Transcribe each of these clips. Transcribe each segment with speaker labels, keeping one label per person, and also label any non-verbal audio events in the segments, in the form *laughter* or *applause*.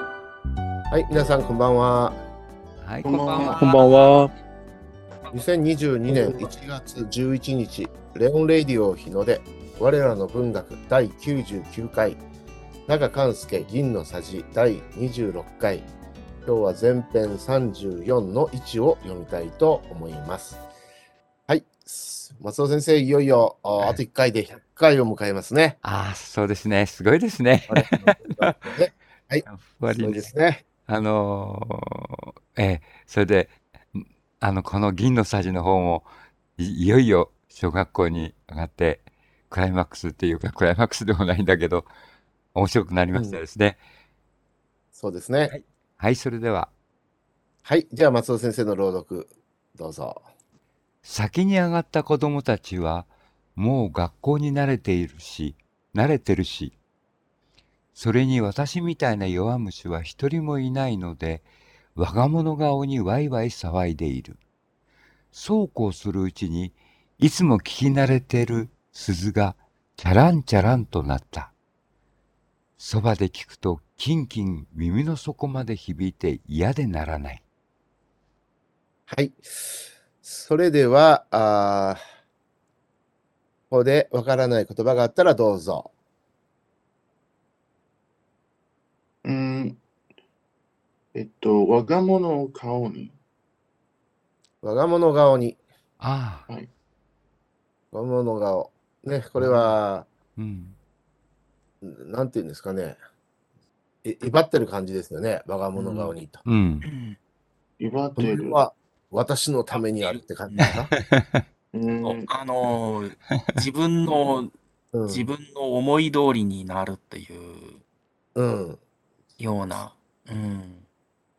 Speaker 1: はい、皆さんこんばんは。
Speaker 2: はい、
Speaker 3: こんばんは
Speaker 4: こんばんは。
Speaker 1: 2022年1月11日、レオンレイディオ日の出、我らの文学第99回、長勘介銀のさじ第26回、今日は前編34の1を読みたいと思います。はい、松尾先生、いよいよあ
Speaker 2: はい
Speaker 1: あと1回で100回を迎えますね。
Speaker 2: ああ、そうですね。すごいですね。
Speaker 1: ね
Speaker 2: 割
Speaker 1: そう
Speaker 2: に
Speaker 1: ですね。
Speaker 2: あのーええそれで、んあの、この銀のさじの方も、いいよいよ小学校に上がって、クライマックスっていうか、クライマックスでもないんだけど、面白くなりましたですね。
Speaker 1: そうですね。
Speaker 2: はい、それでは、
Speaker 1: はい、じゃあ松尾先生の朗読、どうぞ。
Speaker 2: 先に上がった子供たちは、もう学校に慣れているし、慣れてるし、それに私みたいな弱虫は一人もいないので、我が物顔にワイワイ騒いでいる。そうこうするうちに、いつも聞き慣れてる鈴が、チャランチャランとなった。そばで聞くと、キンキン耳の底まで響いて嫌でならない。
Speaker 1: はい。それでは、あーここでわからない言葉があったらどうぞ。
Speaker 3: うーん。えっと、我が物を顔に。
Speaker 1: 我が物顔に、
Speaker 2: ああ、
Speaker 1: 我が物顔。ね、これは、
Speaker 2: うん。
Speaker 1: なんて言うんですかね。い威張ってる感じですよね。我が物顔にと。
Speaker 2: うん。
Speaker 3: 威張っ
Speaker 1: こ
Speaker 3: て
Speaker 1: れ
Speaker 3: る。
Speaker 1: は、私のためにあるって感じかな。
Speaker 3: うーん。
Speaker 4: あのー、自分の、
Speaker 1: うん。
Speaker 4: 自分の思い通りになるっていう
Speaker 1: うん。
Speaker 4: ような、うん。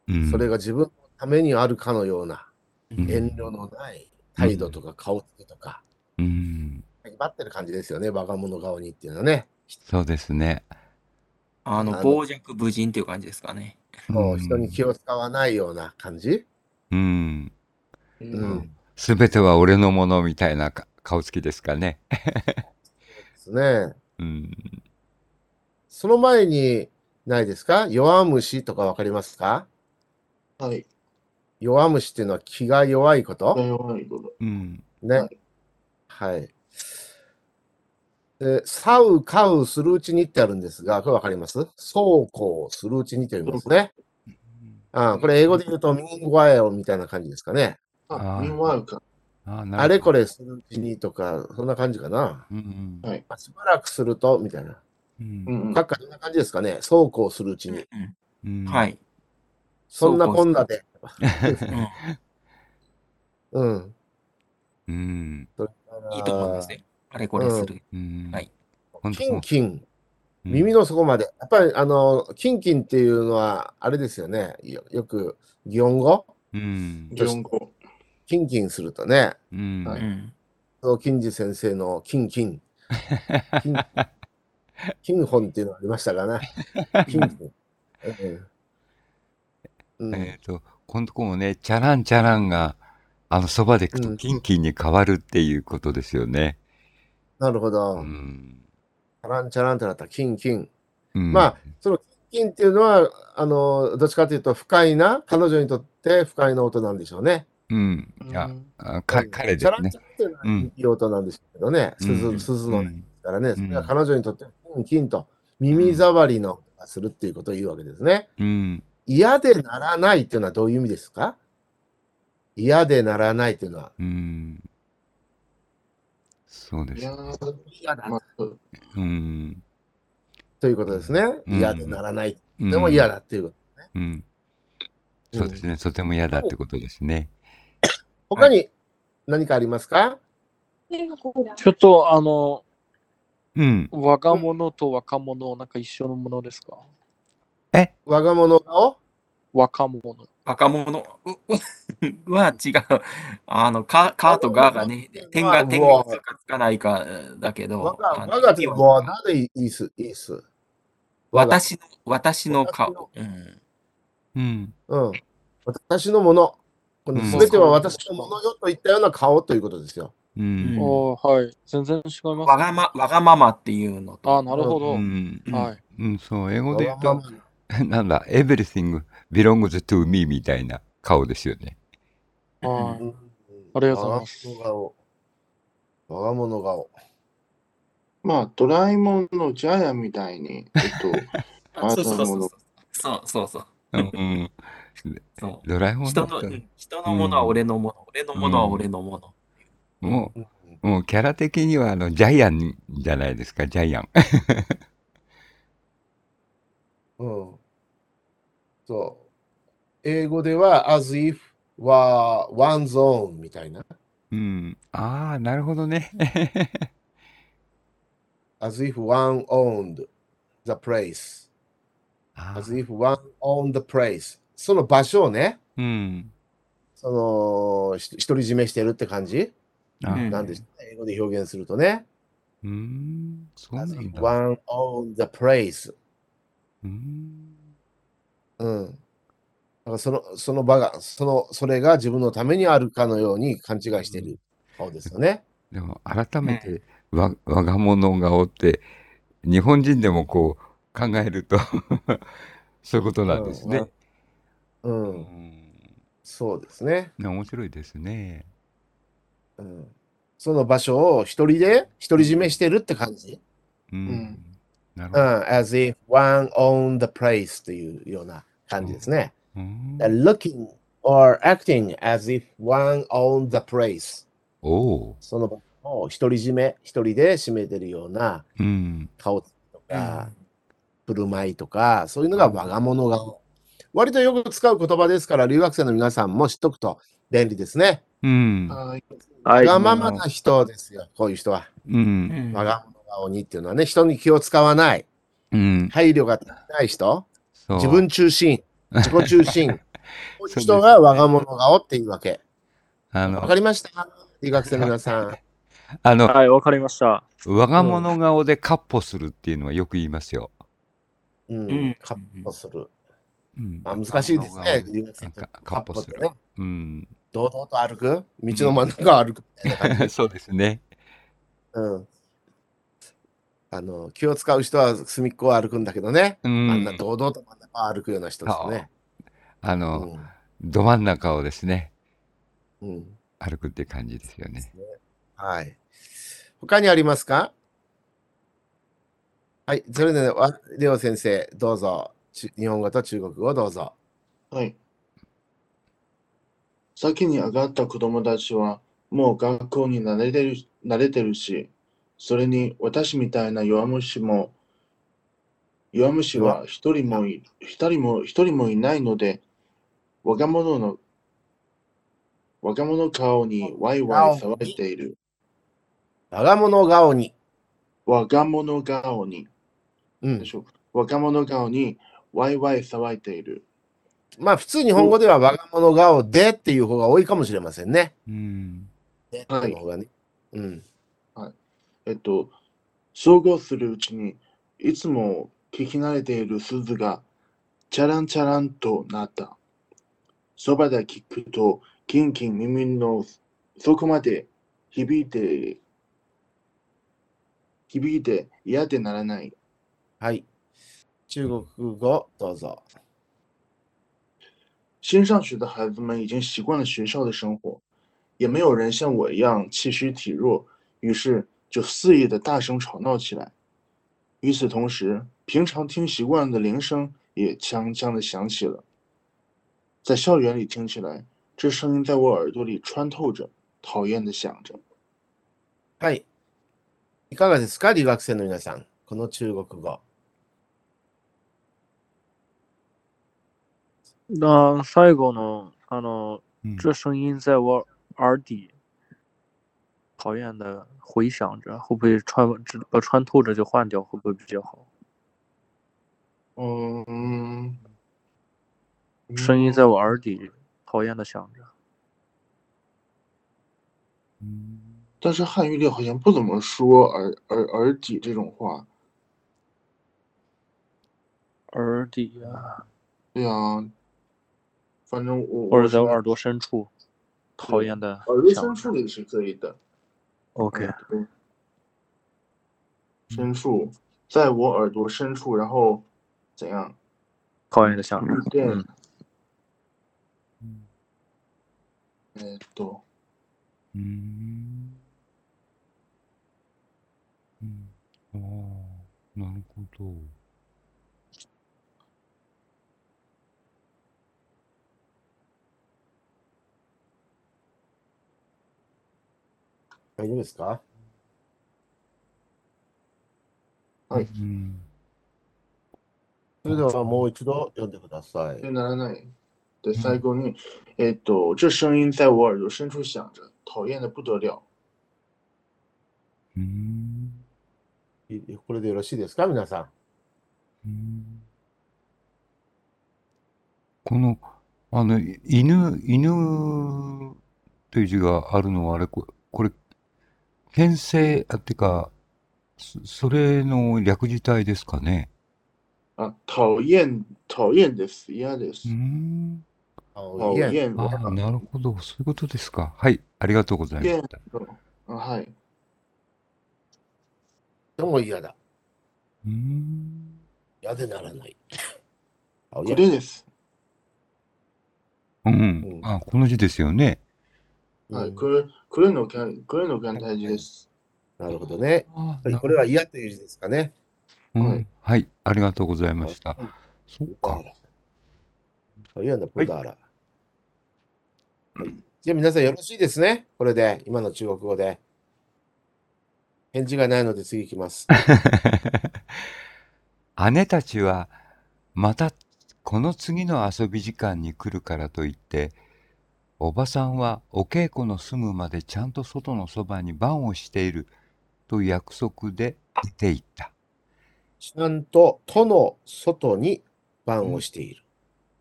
Speaker 2: うん
Speaker 1: それが自分のためにあるかのような、
Speaker 2: うん
Speaker 1: 遠慮のない態度とか顔つきとか、
Speaker 2: うん、
Speaker 1: 威張ってる感じですよね。我が物顔にっていうのはね。
Speaker 2: そうですね。
Speaker 4: あ
Speaker 1: あ
Speaker 4: の、
Speaker 1: の
Speaker 4: 傍若無人っていう感じですかね。
Speaker 1: もう人に気
Speaker 2: を。
Speaker 1: を使わないような感じ。
Speaker 2: うん。
Speaker 3: う
Speaker 1: うんん。
Speaker 2: すべては俺のものみたいなか顔つきですかね。
Speaker 1: ですね。
Speaker 2: うん。
Speaker 1: その前に、ないですか弱虫とかわかりますか
Speaker 3: はい。
Speaker 1: 弱虫っていうのは気が弱いこと、
Speaker 3: 弱いこと。
Speaker 2: うん。
Speaker 1: ね。はい。で、さうかうするうちにってあるんですが、これわかりますそうこうするうちにって言いますね。あこれ英語で言うと、ミンワエオみたいな感じですかね。
Speaker 3: あ
Speaker 2: あ、ー
Speaker 3: 見回るか。
Speaker 2: あ
Speaker 1: あれこ
Speaker 2: れ。
Speaker 1: れするうちにとか、そんな感じかな。
Speaker 2: うん。
Speaker 3: はい
Speaker 1: まあしばらくすると、みたいな。
Speaker 2: うん
Speaker 3: うんうん。
Speaker 1: かっか、そんな感じですかね。そうこうするうちに。
Speaker 2: うん
Speaker 4: は。い。
Speaker 1: そんなこんなで。
Speaker 4: う
Speaker 1: う
Speaker 4: ん
Speaker 1: ん。
Speaker 2: うん。
Speaker 4: いいと思いますよ。あれこれする。
Speaker 2: うん
Speaker 4: はい。
Speaker 2: 本当
Speaker 1: キンキン、
Speaker 2: うん
Speaker 1: 耳の底まで。やっぱり、あの、キンキンっていうのは、あれですよね。よよく、擬音語
Speaker 2: うん。
Speaker 3: 擬音語。
Speaker 1: キンキンするとね、
Speaker 2: うん。
Speaker 3: は
Speaker 4: う
Speaker 3: い
Speaker 4: ん。
Speaker 1: そう金次先生のキンキン。キ
Speaker 2: *laughs*
Speaker 1: ンキンホンっていうのがありましたからね。キンキン。うんうん
Speaker 2: えっと、今度こもね、チャランチャランが、あの、そばで行く
Speaker 1: う
Speaker 2: と
Speaker 1: ん
Speaker 2: キンキンに変わるっていうことですよね。
Speaker 1: なるほど。
Speaker 2: う
Speaker 1: チ
Speaker 2: ん。
Speaker 1: ャランチャランってなったらキンキン。
Speaker 2: うん
Speaker 1: まあ、そのキンキンっていうのは、あの、どっちかというと不快な、彼女にとって不快な音なんでしょうね。
Speaker 2: うん。
Speaker 3: う
Speaker 2: いや、
Speaker 3: ん
Speaker 2: あか彼で
Speaker 1: チャラ
Speaker 2: す
Speaker 1: ン
Speaker 2: ね
Speaker 1: チャ。ランっていうのは
Speaker 2: うん
Speaker 1: いい音なんですけどね、
Speaker 2: うん
Speaker 1: 鈴鈴の音ですからね、それが彼女にとって、金金と耳障りの音がするっていうことを言うわけですね。
Speaker 2: うん。
Speaker 1: 嫌でならないっていうのはどういう意味ですか嫌でならないっていうのは、
Speaker 2: うん。そうで
Speaker 3: い
Speaker 2: す
Speaker 3: や
Speaker 2: ね。
Speaker 3: ー、
Speaker 1: 嫌だ
Speaker 3: まあ、そう
Speaker 2: うん。
Speaker 1: ということですね。
Speaker 2: うん
Speaker 1: 嫌でならない。
Speaker 2: で
Speaker 1: でも嫌。だっていうこと。
Speaker 2: うん。そうですね。とても嫌だってことですね。
Speaker 1: 他に何かありますか
Speaker 4: う
Speaker 5: ちょっと、あの、
Speaker 2: うん。
Speaker 5: 若者と若者、なんか一緒のものですか
Speaker 1: 我が物顔
Speaker 5: 若者。
Speaker 4: 若者ううは違う。あの、か、かとががね、点が点がつかつかないかだけど、
Speaker 1: 我が、
Speaker 4: あの
Speaker 1: 我がっていうのは、なでいいっす、いいっす。我が。
Speaker 4: 私の、私の顔。うん。
Speaker 2: うん。
Speaker 1: うん。私のもの。この
Speaker 2: うん
Speaker 1: 全ては私のものよといったような顔ということですよ。
Speaker 2: う
Speaker 4: うん
Speaker 2: ん。
Speaker 5: おーはい。全然違います。
Speaker 4: わがま、わがままっていうの
Speaker 5: あー
Speaker 4: と、
Speaker 5: なるほど。
Speaker 2: うん。
Speaker 5: はい。
Speaker 2: うん。そう、英語で言うと、なんだ、everything belongs to me みたいな顔ですよね。
Speaker 5: は
Speaker 4: う
Speaker 5: い。ありがとうございます
Speaker 1: 我が物顔。我が物顔。
Speaker 3: まあ、ドラえもんのジャイアンみたいに、えっと、
Speaker 4: あそうそうそ
Speaker 3: あな
Speaker 4: う
Speaker 3: るほ
Speaker 4: そう
Speaker 3: ど。
Speaker 4: そうそうそう。
Speaker 2: うん、
Speaker 4: そう
Speaker 2: ドラえもんだ
Speaker 4: 人
Speaker 2: った
Speaker 4: の
Speaker 2: ら
Speaker 4: うん人のものは俺のもの、俺のものは俺のもの。
Speaker 2: も
Speaker 1: うん
Speaker 2: う、もうキャラ的にはあのジャイアンじゃないですか、ジャイアン。
Speaker 1: うん。そう。英語では as if は one zone みたいな。
Speaker 2: うん、ああ、なるほどね。
Speaker 1: as if one owned the place.
Speaker 2: あ
Speaker 1: as
Speaker 2: ー
Speaker 1: if one owned the place. その場所をね、
Speaker 2: *laughs* うん。
Speaker 1: その、ひ独り占めしてるって感じ
Speaker 2: あ
Speaker 4: うん
Speaker 1: なんですね。英語で表現するとね。
Speaker 2: うーん、そうな
Speaker 1: as
Speaker 2: ん
Speaker 1: if
Speaker 2: だ。
Speaker 1: one owned the place.
Speaker 2: うーん、
Speaker 1: うん。だからその、その場が、その、それが自分のためにあるかのように勘違いしてる顔ですよね。
Speaker 2: でも改めて、わ、我が物顔って、日本人でもこう考えると、 *laughs* そういうことなんですね。
Speaker 1: う。
Speaker 2: うんん、
Speaker 1: そうですね。
Speaker 2: ね面白いですね。
Speaker 1: うんその場所を一人で独り占めしてるって感じ。
Speaker 2: うん。
Speaker 3: うん
Speaker 2: なる
Speaker 1: う
Speaker 2: ほど。
Speaker 1: ん。as if one owned the place というような感じですね。
Speaker 2: うーん
Speaker 1: looking or acting as if one owned the place。
Speaker 2: おお。
Speaker 1: その場所を独り占め、一人で占めてるような
Speaker 2: うん。
Speaker 1: 顔とか、
Speaker 4: うん
Speaker 1: 振る舞いとか、そういうのが我が物顔。割とよく使う言葉ですから、留学生の皆さんも知っとくと便利ですね。
Speaker 2: うん。
Speaker 3: はい。
Speaker 5: は
Speaker 1: わ
Speaker 5: い。
Speaker 1: がままな人ですよ、こういう人は。
Speaker 2: うん。
Speaker 4: うん
Speaker 1: 我が物顔にっていうのはね、人に気を使わない。
Speaker 2: うん。
Speaker 1: 配慮が足りない人、
Speaker 2: そう。
Speaker 1: 自分中心、自己中
Speaker 2: *laughs*
Speaker 1: 心、こういう
Speaker 2: そうです
Speaker 1: 人が我が物顔っていうわけ。
Speaker 2: あ
Speaker 1: わ
Speaker 2: の
Speaker 1: か、りました理学生の皆さん。
Speaker 2: あの、
Speaker 5: はい、わかりました。
Speaker 2: 我が物顔でカッポするっていうのはよく言いますよ。
Speaker 1: うん
Speaker 4: うん、
Speaker 1: カッポする。
Speaker 2: うん
Speaker 1: まあ、難しいですね。留学生
Speaker 2: なん
Speaker 1: って
Speaker 2: か、カッポする
Speaker 1: カッポってね。
Speaker 2: うん。
Speaker 1: 堂々と歩く道の真ん中を歩くみたいな感じ
Speaker 2: *laughs* そうですね。
Speaker 1: うん。あの、気を使う人は隅っこを歩くんだけどね。
Speaker 2: う。
Speaker 1: あんなん堂々と真ん中を歩くような人ですね。
Speaker 2: あ
Speaker 1: う
Speaker 2: の、
Speaker 1: ん。
Speaker 2: ど真ん中をですね、
Speaker 1: うん。
Speaker 2: 歩くって感じですよね。
Speaker 1: はい。他にありますかはい。それでは、レオ先生、どうぞ。ち日本語と中国語をどうぞ。
Speaker 3: はい。先に上がった子供たちは、もう学校に慣れてる、慣れてるし、それに私みたいな弱虫も、弱虫は一人もい、一人も、一人もいないので、若者の、若者顔にワイワイ騒いでいる。
Speaker 1: 我が物顔に。
Speaker 3: 若者顔に、
Speaker 1: うん
Speaker 3: で。しょ若者顔にワイワイ騒いでいる。
Speaker 1: まあ、普通日本語では我が物顔でっていう方が多いかもしれませんね。
Speaker 2: うん。
Speaker 1: で
Speaker 3: はい
Speaker 1: の方がね。うん。
Speaker 3: えっと、総合するうちに、いつも聞き慣れている鈴が、チャランチャランとなった。そばで聞くと、キンキン耳の底まで響いて、響いて嫌でならない。
Speaker 1: はい。中国語、どうぞ。
Speaker 3: 新上学的孩子们已经习惯了学校的生活，也没有人像我一样气虚体弱，于是就肆意的大声吵闹起来。与此同时，平常听习惯了的铃声也锵锵的响起了。在校园里听起来，这声音在我耳朵里穿透着，讨厌的响着。
Speaker 1: はい。いかがですか留学生の皆さん。この中国語。
Speaker 5: あ最後の、あの、
Speaker 2: うん
Speaker 5: 这声音在我耳底讨厌的回响着，会不会穿只把穿透着就换掉，会不会比较好？
Speaker 3: 嗯，
Speaker 5: 声音在我耳底讨厌的响着。
Speaker 2: うん
Speaker 3: 但是汉语里好像不怎么说耳耳耳底这种话。
Speaker 5: 耳底啊，
Speaker 3: 对呀、反正我
Speaker 5: 或者
Speaker 3: 我
Speaker 5: 在我
Speaker 3: 是
Speaker 5: 耳朵深处，讨厌的
Speaker 3: 耳朵
Speaker 5: 响
Speaker 3: 深
Speaker 5: 着。
Speaker 3: 处里是可以的。
Speaker 5: OK，
Speaker 3: 对，
Speaker 5: 嗯
Speaker 3: 深处，在我耳朵深处，然后怎样？
Speaker 5: 考验的相声。
Speaker 3: で、
Speaker 5: うん
Speaker 2: うん
Speaker 3: えーっと、
Speaker 2: うーん。うん。ああ、なるほど。
Speaker 1: 大丈夫ですか
Speaker 3: はい。
Speaker 2: うん。
Speaker 1: それではもう一度読んでください。
Speaker 3: ならない。
Speaker 5: 嗯
Speaker 3: 对，再一个你，哎，都这声音在我耳朵深处响着，讨厌的不得了。
Speaker 2: うーん。
Speaker 1: いこれでよろしいですか皆さ
Speaker 2: うんこの、あの、い犬、犬という字があるのは、あれ、ここれ、編成、あ、てか、そそれの略字体ですかね。
Speaker 3: 啊，讨厌，讨厌的死呀的死
Speaker 2: う，
Speaker 5: 嗯
Speaker 2: ん。
Speaker 1: ん。あ
Speaker 3: 讨
Speaker 1: おいえ
Speaker 3: 厌的
Speaker 2: ああ、
Speaker 5: 哦
Speaker 2: なるほど。そういうことですか。はい。ありがとうございました。
Speaker 3: 啊嗨，
Speaker 1: でも嫌だ。
Speaker 2: うん。
Speaker 1: 嫌でなら *laughs* ない。あおい
Speaker 3: こ
Speaker 1: え
Speaker 3: れです。
Speaker 2: うん。あ、この字ですよね。
Speaker 1: う
Speaker 5: 嗯
Speaker 3: はい、
Speaker 1: ん
Speaker 3: これ、これのが、これのが大事です。
Speaker 1: なるほどね。
Speaker 2: あ
Speaker 1: やっぱりこれは嫌という字ですかね。
Speaker 2: うん。はい。ありがとうございました。そっか。
Speaker 1: そういうようなことだから。じゃあ皆さんよろしいですね。これで、今の中国語で。返事がないので次行きます。
Speaker 2: *laughs* 姉たちはまたこの次の遊び時間に来るからといっておばさんはお稽古の済むまでちゃんと外のそばに番をしていると約束で出て行った。
Speaker 1: ちゃんと、との外に番をしている。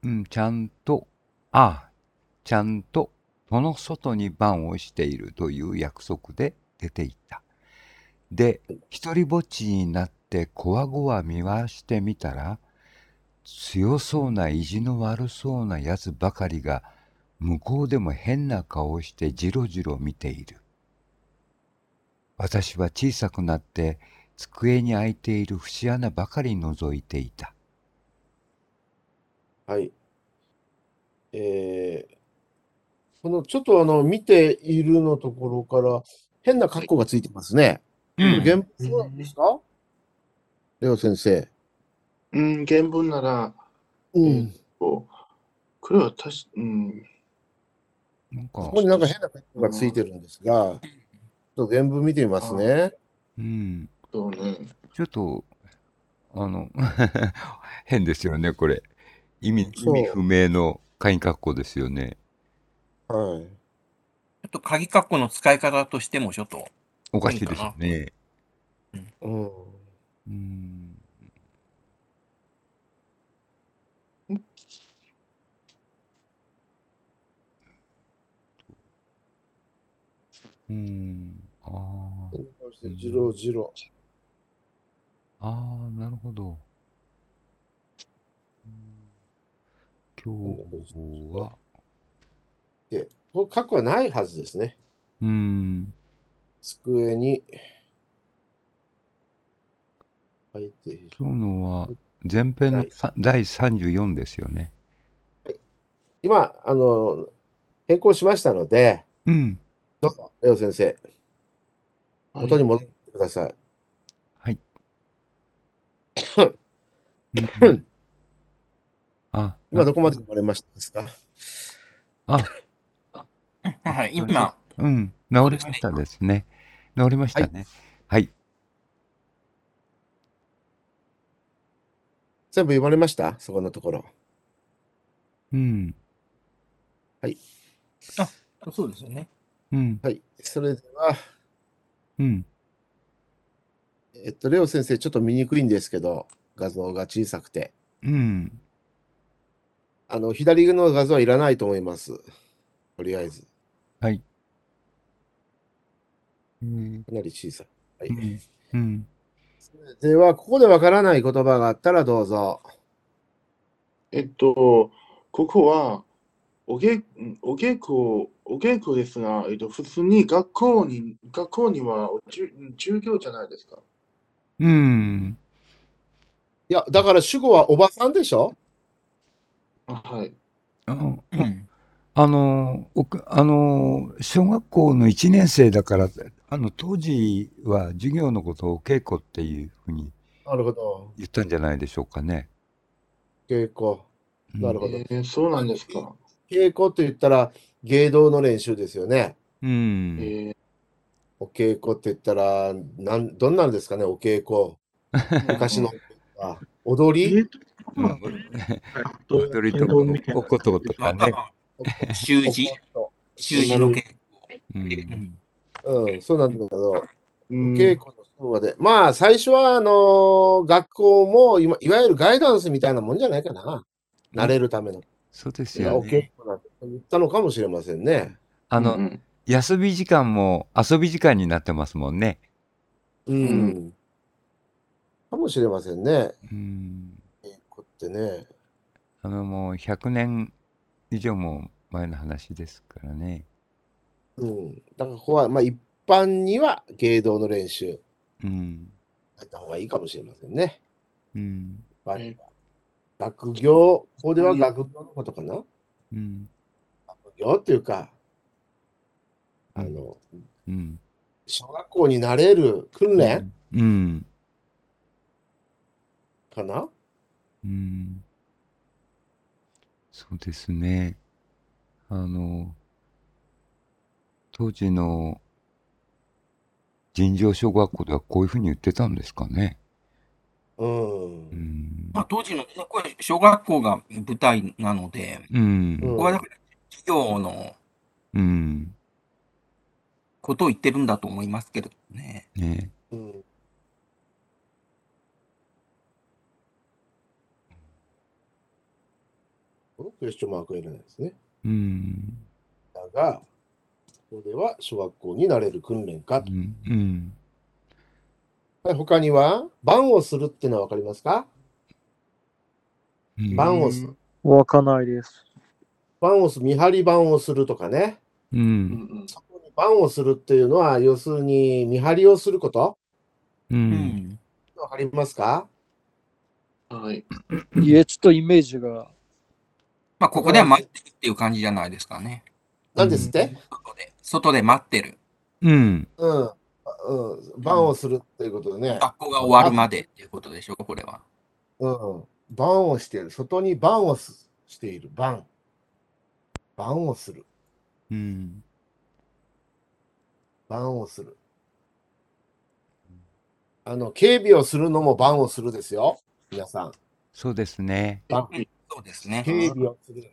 Speaker 2: うん、ちゃんと、ああ、ちゃんとその外に番をしているという約束で出て行った。で、一人ぼっちになってこわごわ見回してみたら、強そうな意地の悪そうなやつばかりが、向こうでも変な顔をしてじろじろ見ている。私は小さくなって、机に開いている節穴ばかり覗いていた。
Speaker 1: はい。えー、このちょっとあの、見ているのところから、変な格好がついてますね。
Speaker 4: う
Speaker 1: これ
Speaker 4: ん。
Speaker 1: 原本そうなんですかレオ先生。
Speaker 3: うん、原文なら、
Speaker 1: うん。
Speaker 3: こう、これは確か、うん、
Speaker 2: なんか、
Speaker 1: ここになんか変な格好がついてるんですが、ちょっと原文見てみますね。
Speaker 2: うん。
Speaker 3: そうね。
Speaker 2: ちょっと、あの、 *laughs* 変ですよね、これ。意味、意
Speaker 1: そう
Speaker 2: 味不明の簡易格好ですよね。
Speaker 1: はい。
Speaker 4: ちょっと鍵括弧の使い方としてもちょっと。
Speaker 2: おかしいですよね。
Speaker 1: うん。
Speaker 2: うん。うん。ああ。
Speaker 1: そしてジロジロ。
Speaker 2: ああ、なるほど。うん今日は、
Speaker 1: これ格好はないはずですね。
Speaker 2: うん。
Speaker 1: 机に入っている。
Speaker 2: 今日のは前編のさ第34ですよね。
Speaker 1: 今、あの、変更しましたので、
Speaker 2: うん。
Speaker 1: どうぞ、レオ先生、元に戻ってください。
Speaker 2: はい。
Speaker 1: う
Speaker 2: あ、
Speaker 1: 今、どこまで読まれましたか
Speaker 4: はい、今、
Speaker 2: うん、治りましたですね。治りましたね。はい。
Speaker 1: 全部読まれましたそこのところ。
Speaker 2: うん、
Speaker 4: そうですよね。
Speaker 2: うん、
Speaker 1: はい。それでは、
Speaker 2: うん。
Speaker 1: えっと、レオ先生、ちょっと見にくいんですけど、画像が小さくて。
Speaker 2: うん。
Speaker 1: あの、左の画像はいらないと思います。とりあえず、
Speaker 2: はい。うん。
Speaker 1: かなり小さい。はい。
Speaker 2: うん。
Speaker 1: では、ここでわからない言葉があったらどうぞ。
Speaker 3: えっと、ここは、お稽うんお稽古、お稽古ですが、えっと、普通に学校に、学校にはおじゅうん授業じゃないですか。
Speaker 2: うん。
Speaker 1: いや、だから主語はおばさんでしょ
Speaker 3: はい。
Speaker 2: うん
Speaker 4: うん。
Speaker 2: あの、おくあの、小学校の1年生だから、あの、当時は授業のことをお稽古っていうふうに
Speaker 1: なるほど。
Speaker 2: 言ったんじゃないでしょうかね。
Speaker 1: 稽古。
Speaker 2: うん
Speaker 1: なるほど。
Speaker 3: えー、そうなんですか。
Speaker 1: 稽古と言ったら、芸道の練習ですよね。
Speaker 2: うん。
Speaker 3: え
Speaker 1: お稽古って言ったら、なんどんなんですかね、お稽古。
Speaker 3: ー、
Speaker 1: 昔の。あ踊り
Speaker 2: うん踊りとか、おこととかね。
Speaker 4: 習字、習字の稽
Speaker 2: う
Speaker 4: 古。うんん
Speaker 1: うん、そうなんだけど、
Speaker 3: うん、
Speaker 1: 稽古のそばで。まあ、最初は、あのー学校もいわ、いわゆるガイダンスみたいなもんじゃないかな。慣れるための。
Speaker 2: そうです
Speaker 1: いや
Speaker 2: よ
Speaker 1: お
Speaker 2: ね。
Speaker 1: 稽古なんて言ったのかもしれませんね。
Speaker 2: あ
Speaker 3: う
Speaker 2: の、
Speaker 3: ん
Speaker 2: 休み時間も遊び時間になってますもんね。
Speaker 1: うん。
Speaker 3: うん
Speaker 1: かもしれませんね。
Speaker 2: うん。
Speaker 1: 稽古ってね。
Speaker 2: あの、もう100年以上も前の話ですからね。
Speaker 1: うん。だから、ここは、まあ、一般には芸道の練習
Speaker 2: うん。
Speaker 1: やった方がいいかもしれませんね。
Speaker 2: うん。
Speaker 1: 場合は
Speaker 3: うん
Speaker 1: 学業、ここでは学業のことかな
Speaker 2: うん。
Speaker 1: 学業っていうか、あの、
Speaker 2: うん。
Speaker 1: 小学校になれる訓練
Speaker 2: うん。
Speaker 1: かな、
Speaker 2: うん。そうですね。あの、当時の尋常小学校ではこういうふうに言ってたんですかね。
Speaker 1: うん
Speaker 2: う。ん
Speaker 4: ま。あ当時の、これ小学校が舞台なので、
Speaker 2: うん。
Speaker 1: ん
Speaker 4: これはだから授業の
Speaker 2: うん。
Speaker 4: ことを言ってるんだと思いますけれどね。
Speaker 2: ね。
Speaker 1: うん。このクエスチョンマークはいらないですね。
Speaker 2: うん。
Speaker 1: だが、ここでは小学校になれる訓練か
Speaker 2: う。ん。うん。
Speaker 1: はい、他には、番をするっていうのは分かりますか
Speaker 2: うん
Speaker 1: 番をする。
Speaker 5: わかんないです。
Speaker 1: 番をする、見張り番をするとかね。
Speaker 2: う。
Speaker 3: うんん
Speaker 1: 番をするっていうのは、要するに見張りをすること。
Speaker 2: う。
Speaker 4: うんん。
Speaker 1: わかりますか
Speaker 3: うん、はい。
Speaker 5: いえ、ちょっとイメージが。
Speaker 4: まあここでは待ってるっていう感じじゃないですかね。
Speaker 1: 何ですって、
Speaker 4: 外で、外で待ってる。
Speaker 2: うん。
Speaker 1: うん、うん。番をするっていうことでね。
Speaker 4: 学校が終わるまでっていうことでしょ、これは。
Speaker 1: うん。番をしている。外に番をすしている。番。番をする。
Speaker 2: うん。
Speaker 1: 番をする。あの、警備をするのも番をするですよ。皆さん。
Speaker 2: そうですね。
Speaker 4: そうですね。
Speaker 1: 警備をする。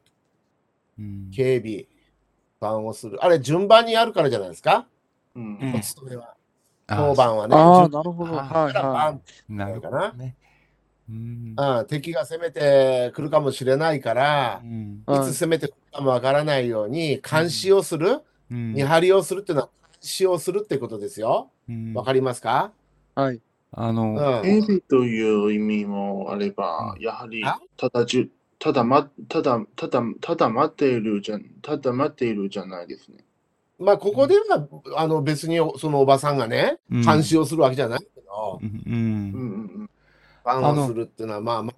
Speaker 2: うん。
Speaker 1: 警備。番をする。あれ、順番にあるからじゃないですか
Speaker 3: う
Speaker 4: うん
Speaker 3: ん。
Speaker 1: お勤めは。
Speaker 2: あ
Speaker 1: 当番はね。
Speaker 5: ああ、
Speaker 1: 順
Speaker 5: なるほど。
Speaker 2: あ
Speaker 5: はい
Speaker 1: 番
Speaker 5: は
Speaker 2: なるほどね。うん。
Speaker 1: うん、敵が攻めてくるかもしれないから
Speaker 2: う、ん。
Speaker 5: い。はい
Speaker 1: いつ攻めてくるかもわからないように、監視をする、
Speaker 2: うん
Speaker 1: 見張りをするっていうのは、監視をするってことですよ。
Speaker 2: うん
Speaker 1: わかりますか、
Speaker 5: はい。
Speaker 2: あ
Speaker 1: う
Speaker 2: の、
Speaker 1: ん
Speaker 3: 警備という意味もあれば、やはり
Speaker 1: あ
Speaker 3: ただじゅただまただただただ待っているじゃただ待っているじゃないですね。
Speaker 1: まあ、ここでは、あの、別にそのおばさんがね、
Speaker 2: うん
Speaker 1: 監視をするわけじゃないけど
Speaker 2: う、ん
Speaker 3: うんうん
Speaker 1: 番をするっていうのは、まあま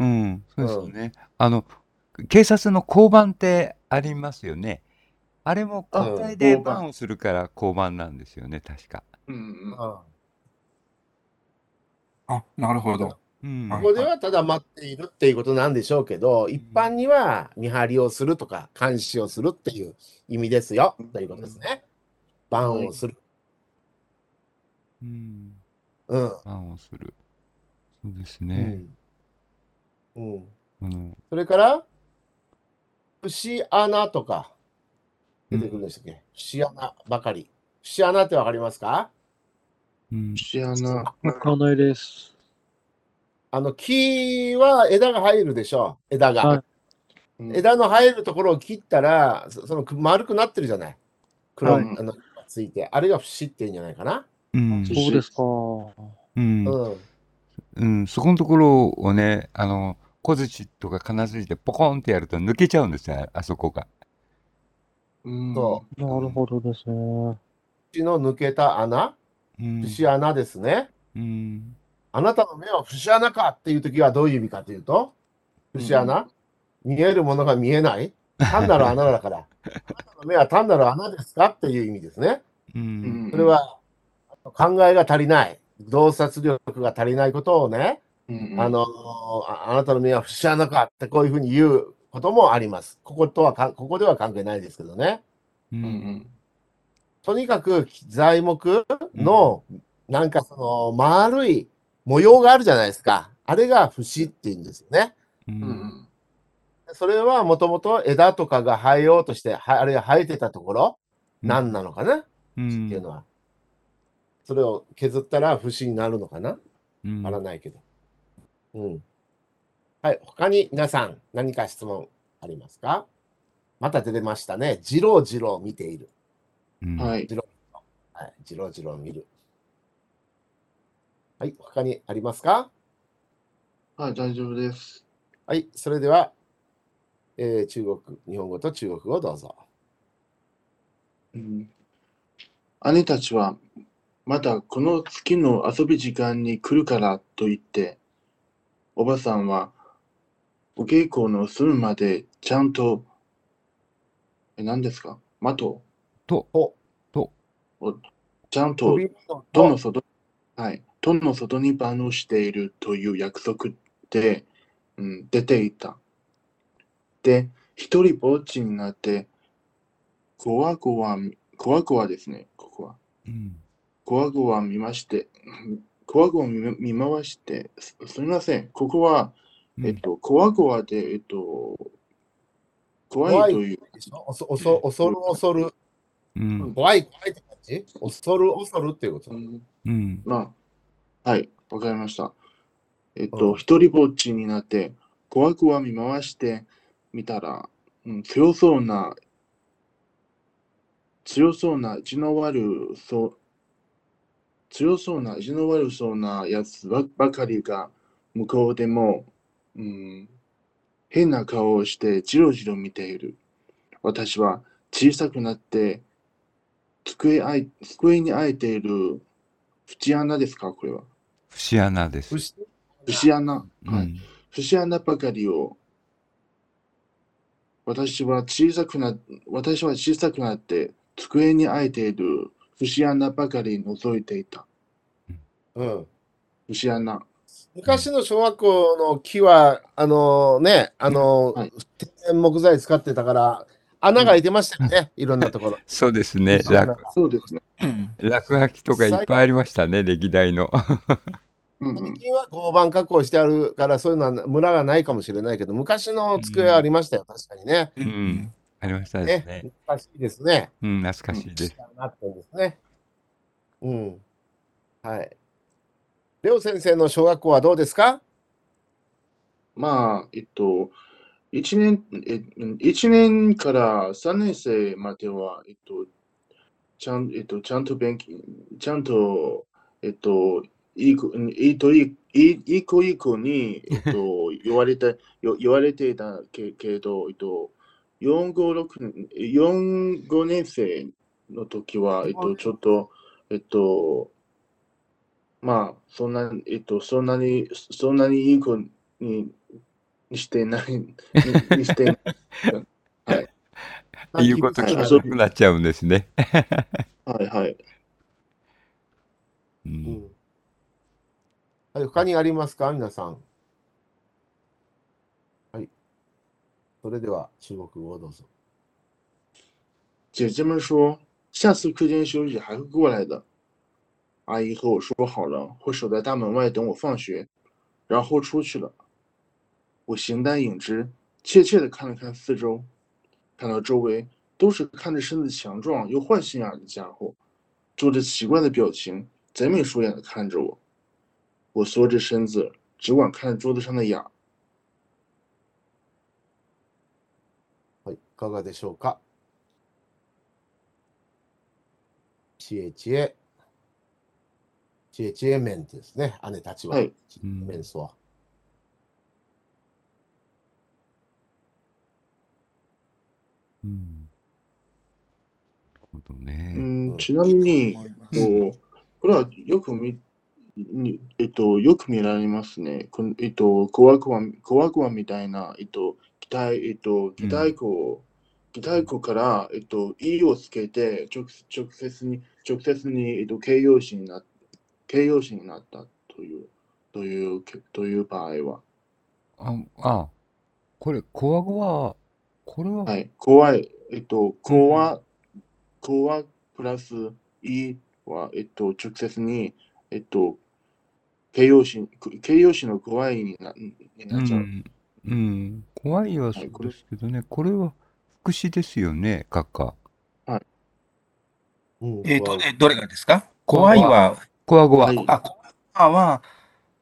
Speaker 2: うん、うん、そうですよね。あの、警察の交番ってありますよね。あれも
Speaker 1: うん
Speaker 2: 交代で
Speaker 3: 交番
Speaker 2: 番をするから交番なんですよね、確か。
Speaker 3: うんうんうん。
Speaker 1: あ、
Speaker 4: あ、なるほど。
Speaker 2: うん
Speaker 1: うんここではただ待っているっていうことなんでしょうけど、一般には見張りをするとか、監視をするっていう意味ですよ、ということですね。番をする。
Speaker 2: うん
Speaker 1: うん。
Speaker 2: 番をする。そうです
Speaker 1: う
Speaker 2: ね。
Speaker 1: ん。うん
Speaker 2: うん、
Speaker 1: それから、節穴とか出てくるんでしたっけ、節穴ばかり。節穴ってわかりますか
Speaker 2: うん、
Speaker 3: シアナ。
Speaker 5: わかんないです。
Speaker 1: あの木は枝が入るでしょう、枝が。
Speaker 5: はい
Speaker 3: うん
Speaker 1: 枝の入るところを切ったら、そそのく丸くなってるじゃない。黒、
Speaker 5: はい
Speaker 1: い、あのついて。あれが節っていうんじゃないかな。
Speaker 2: うん、
Speaker 3: そ
Speaker 5: そうですか。
Speaker 2: うん
Speaker 1: う、ん。
Speaker 2: うん、そこのところをね、あの、小槌とか金槌でポコンってやると抜けちゃうんですよ、あそこが。
Speaker 3: うん
Speaker 1: そ
Speaker 5: なるほどですね。
Speaker 1: 節の抜けた穴、
Speaker 2: うん、
Speaker 1: 節穴ですね。
Speaker 2: うん、
Speaker 1: あなたの目は節穴かっていう時はどういう意味かというと、節穴、見えるものが見えない単なる穴だから。あなたの目は単なる穴ですかっていう意味ですね。
Speaker 2: う。
Speaker 3: うんん
Speaker 1: それ、は考えが足りない、洞察力が足りないことをね、
Speaker 3: うんうん
Speaker 1: あのああなたの目は節穴かってこういうふうに言うこともあります。こことはかここでは関係ないですけどね。
Speaker 2: う。
Speaker 3: うんうんん
Speaker 1: とにかく材木の、なんかその丸い模様があるじゃないですか。あれが節っていうんですよね。
Speaker 2: う
Speaker 3: うん
Speaker 2: ん。
Speaker 1: それはもともと枝とかが生えようとして、はあるいは生えてたところ、
Speaker 2: うん
Speaker 1: 何なのかな、
Speaker 2: う
Speaker 1: 節
Speaker 2: ん
Speaker 1: っていうのは。それを削ったら節になるのかな
Speaker 2: うん
Speaker 1: あらないけど。うん。はい、他に皆さん何か質問ありますかまた出てましたね。ジロジロ見ている。
Speaker 2: うん
Speaker 3: は
Speaker 1: は
Speaker 3: い。
Speaker 1: い、ジロジロ見る。はい、他にありますか
Speaker 3: はい、大丈夫です。
Speaker 1: はい、それでは、えー中国、日本語と中国語をどうぞ。
Speaker 3: うん姉たちは、またこの月の遊び時間に来るからと言って、おばさんは、お稽古の済むまでちゃんと、え、何ですか的を
Speaker 2: と、
Speaker 1: お、
Speaker 3: ちゃんと
Speaker 1: 飛び物
Speaker 3: どの
Speaker 1: と
Speaker 3: 外、はい、どの外にバンしているという約束で、うん、出ていた。で、一人ぼっちになって、こわごわ、こわごわですね、ここは。
Speaker 2: うん。
Speaker 3: こわごわ見まして、こわごわ見見回して、すすみません、ここは、
Speaker 2: うん
Speaker 3: えっと、こわごわで、えっと、怖
Speaker 1: 怖
Speaker 3: い
Speaker 1: い
Speaker 3: という、
Speaker 1: でしょおそおそ恐る恐る、
Speaker 2: うん。
Speaker 1: 怖い怖いって感じ恐る恐るっていうこと
Speaker 3: う。ん
Speaker 2: うん。
Speaker 3: まあ、はい、わかりました。えっ
Speaker 1: う
Speaker 3: と、
Speaker 1: ん
Speaker 3: 一人ぼっちになって、怖くは見回してみたら、うん、強そうな、強そうな、地の悪そう、強そうな、地の悪そうなやつばばかりが、向こうでも、うん、変な顔をして、じろじろ見ている。私は小さくなって、机あい机にあえている節穴ですか、これは。
Speaker 2: 節穴で
Speaker 1: 不
Speaker 2: す。
Speaker 1: 思議
Speaker 3: 節穴。
Speaker 2: う
Speaker 3: はい。
Speaker 2: ん。
Speaker 3: 節穴ばかりを。私は小さくな、私は小さくなって、机にあえている節穴ばかり覗いていた。
Speaker 1: うん
Speaker 3: 節穴。
Speaker 1: 昔の小学校の木は、あのね、あの、
Speaker 3: はい
Speaker 1: 天然木材使ってたから、穴が開いてましたよね、いろんなところ。
Speaker 2: そうですね。
Speaker 1: 節穴
Speaker 2: 落
Speaker 3: そうですね。
Speaker 4: うん
Speaker 2: 落書きとかいっぱいありましたね、歴代の。
Speaker 3: うんう
Speaker 1: 最
Speaker 3: ん。
Speaker 1: 近は合板加工してあるから、そういうのは村がないかもしれないけど、昔の机はありましたよ、確かにね。
Speaker 4: うんん
Speaker 2: ありましたで
Speaker 1: ね
Speaker 2: すね。、
Speaker 1: 難しいですね。
Speaker 2: うん、懐かしいです。
Speaker 1: なってんですね。うん。はい。レオ先生の小学校はどうですか
Speaker 3: まあ、えっと、一年、えうん一年から三年生までは、えっと、ちゃん、えっと、ちゃんと勉強、ちゃんと、えっと、いい子、うんいいといい、いいいい子いい子に、えっと、言われた、よ言われていたけ、けど、えっと、四五六、四五年生の時は、えっと、ちょっと、えっと、まあ、そんな、えっと、そんなに、そんなにいい子に、にしてない、ににしてない。
Speaker 2: 言うこと聞
Speaker 1: は
Speaker 2: か
Speaker 1: い
Speaker 2: なくなっちゃうんですね。
Speaker 3: はいはい。
Speaker 2: う
Speaker 1: うんんはい、他にありますか皆さん。はい。それでは中国語をどうぞ。
Speaker 3: 姐姐们说，下次课间休息还会过来的。阿姨和我说好了，会守在大门外等我放学，然后出去了。我形单影只，怯怯地看了看四周，看到周围都是看着身子强壮又坏心眼儿的家伙，做着奇怪的表情，贼眉鼠眼地看着我。我缩着身子，只管看着桌子上的牙。
Speaker 1: はい、いかがでしょうかちえちえ。ちえちえ面ですね、姉たちは。
Speaker 3: はい
Speaker 1: ちえちえ面相は。
Speaker 2: うん。なるほど
Speaker 3: う
Speaker 2: ね。
Speaker 3: ん、ちなみに、こうこれはよく見、にえっと、よく見られますね。このえっと、コワコワ、コワコワみたいな、えっと、太、えっと、擬態語を、擬態語から、えっと、e をつけて、直直接に、直接に、えっと、形容詞にな、形容詞になったという、という、という場合は、
Speaker 2: あ、あ、これ、こわごわ、これは、
Speaker 3: はい、怖い、えっと、怖、怖プラス e は、えっと、直接に、えっと、形容詞、形容詞の怖いにな、に
Speaker 2: う
Speaker 3: なっちゃう。
Speaker 2: ん、うん、怖いはそうですけどね、これは副詞ですよね、カカ。
Speaker 1: うん
Speaker 4: えーど
Speaker 1: 怖い
Speaker 4: えどれがですか怖いは、
Speaker 2: こわごわ。
Speaker 3: はい
Speaker 4: あ、怖いは、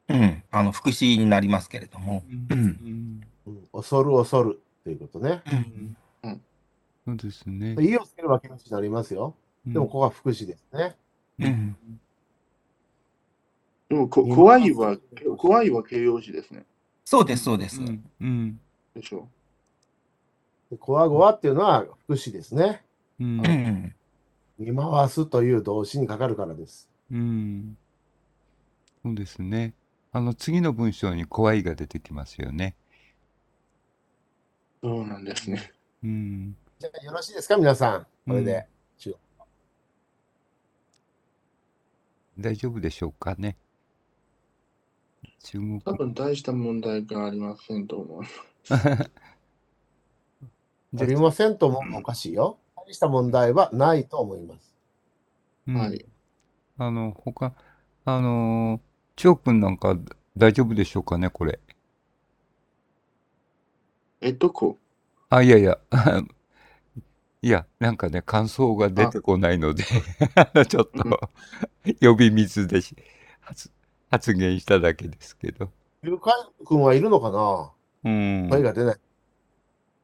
Speaker 4: うん、あの、副詞になりますけれども。
Speaker 2: うんうん
Speaker 1: うん恐る恐るということね。
Speaker 4: うん
Speaker 2: そうですね。
Speaker 1: 意をつけるわけになりますよ。でもここは副詞ですね。
Speaker 4: うん
Speaker 3: でもこ、
Speaker 1: 今
Speaker 3: 怖いは、怖いは形容詞ですね。
Speaker 4: そうです、そうです。
Speaker 2: うん、うん、
Speaker 3: でしょ
Speaker 1: でこわごわっていうのは副詞ですね。
Speaker 2: うん
Speaker 4: う、ん
Speaker 1: 見回すという動詞にかかるからです。
Speaker 2: うん。そうですね。あの、次の文章に怖いが出てきますよね。
Speaker 3: う。そうなんですね。
Speaker 2: うん。
Speaker 1: じゃあよろしいですか、皆さん。これで。
Speaker 2: 大丈夫でしょうかね。中国
Speaker 3: 多分大した問題がありませんと思う。
Speaker 1: ありませんともおかしいよ。大した問題はないと思います。
Speaker 2: うん
Speaker 3: はい。
Speaker 2: あの、他、あのー、チョー君なんか大丈夫でしょうかね、これ。
Speaker 3: えっと、こ
Speaker 2: あ、いやいや。 *laughs* いや、なんかね、感想が出てこないので、 *laughs* ちょっと、呼び水でし発発言しただけですけど。
Speaker 1: ゆうかいくんはいるのかな
Speaker 2: うん。
Speaker 1: 声が出ない。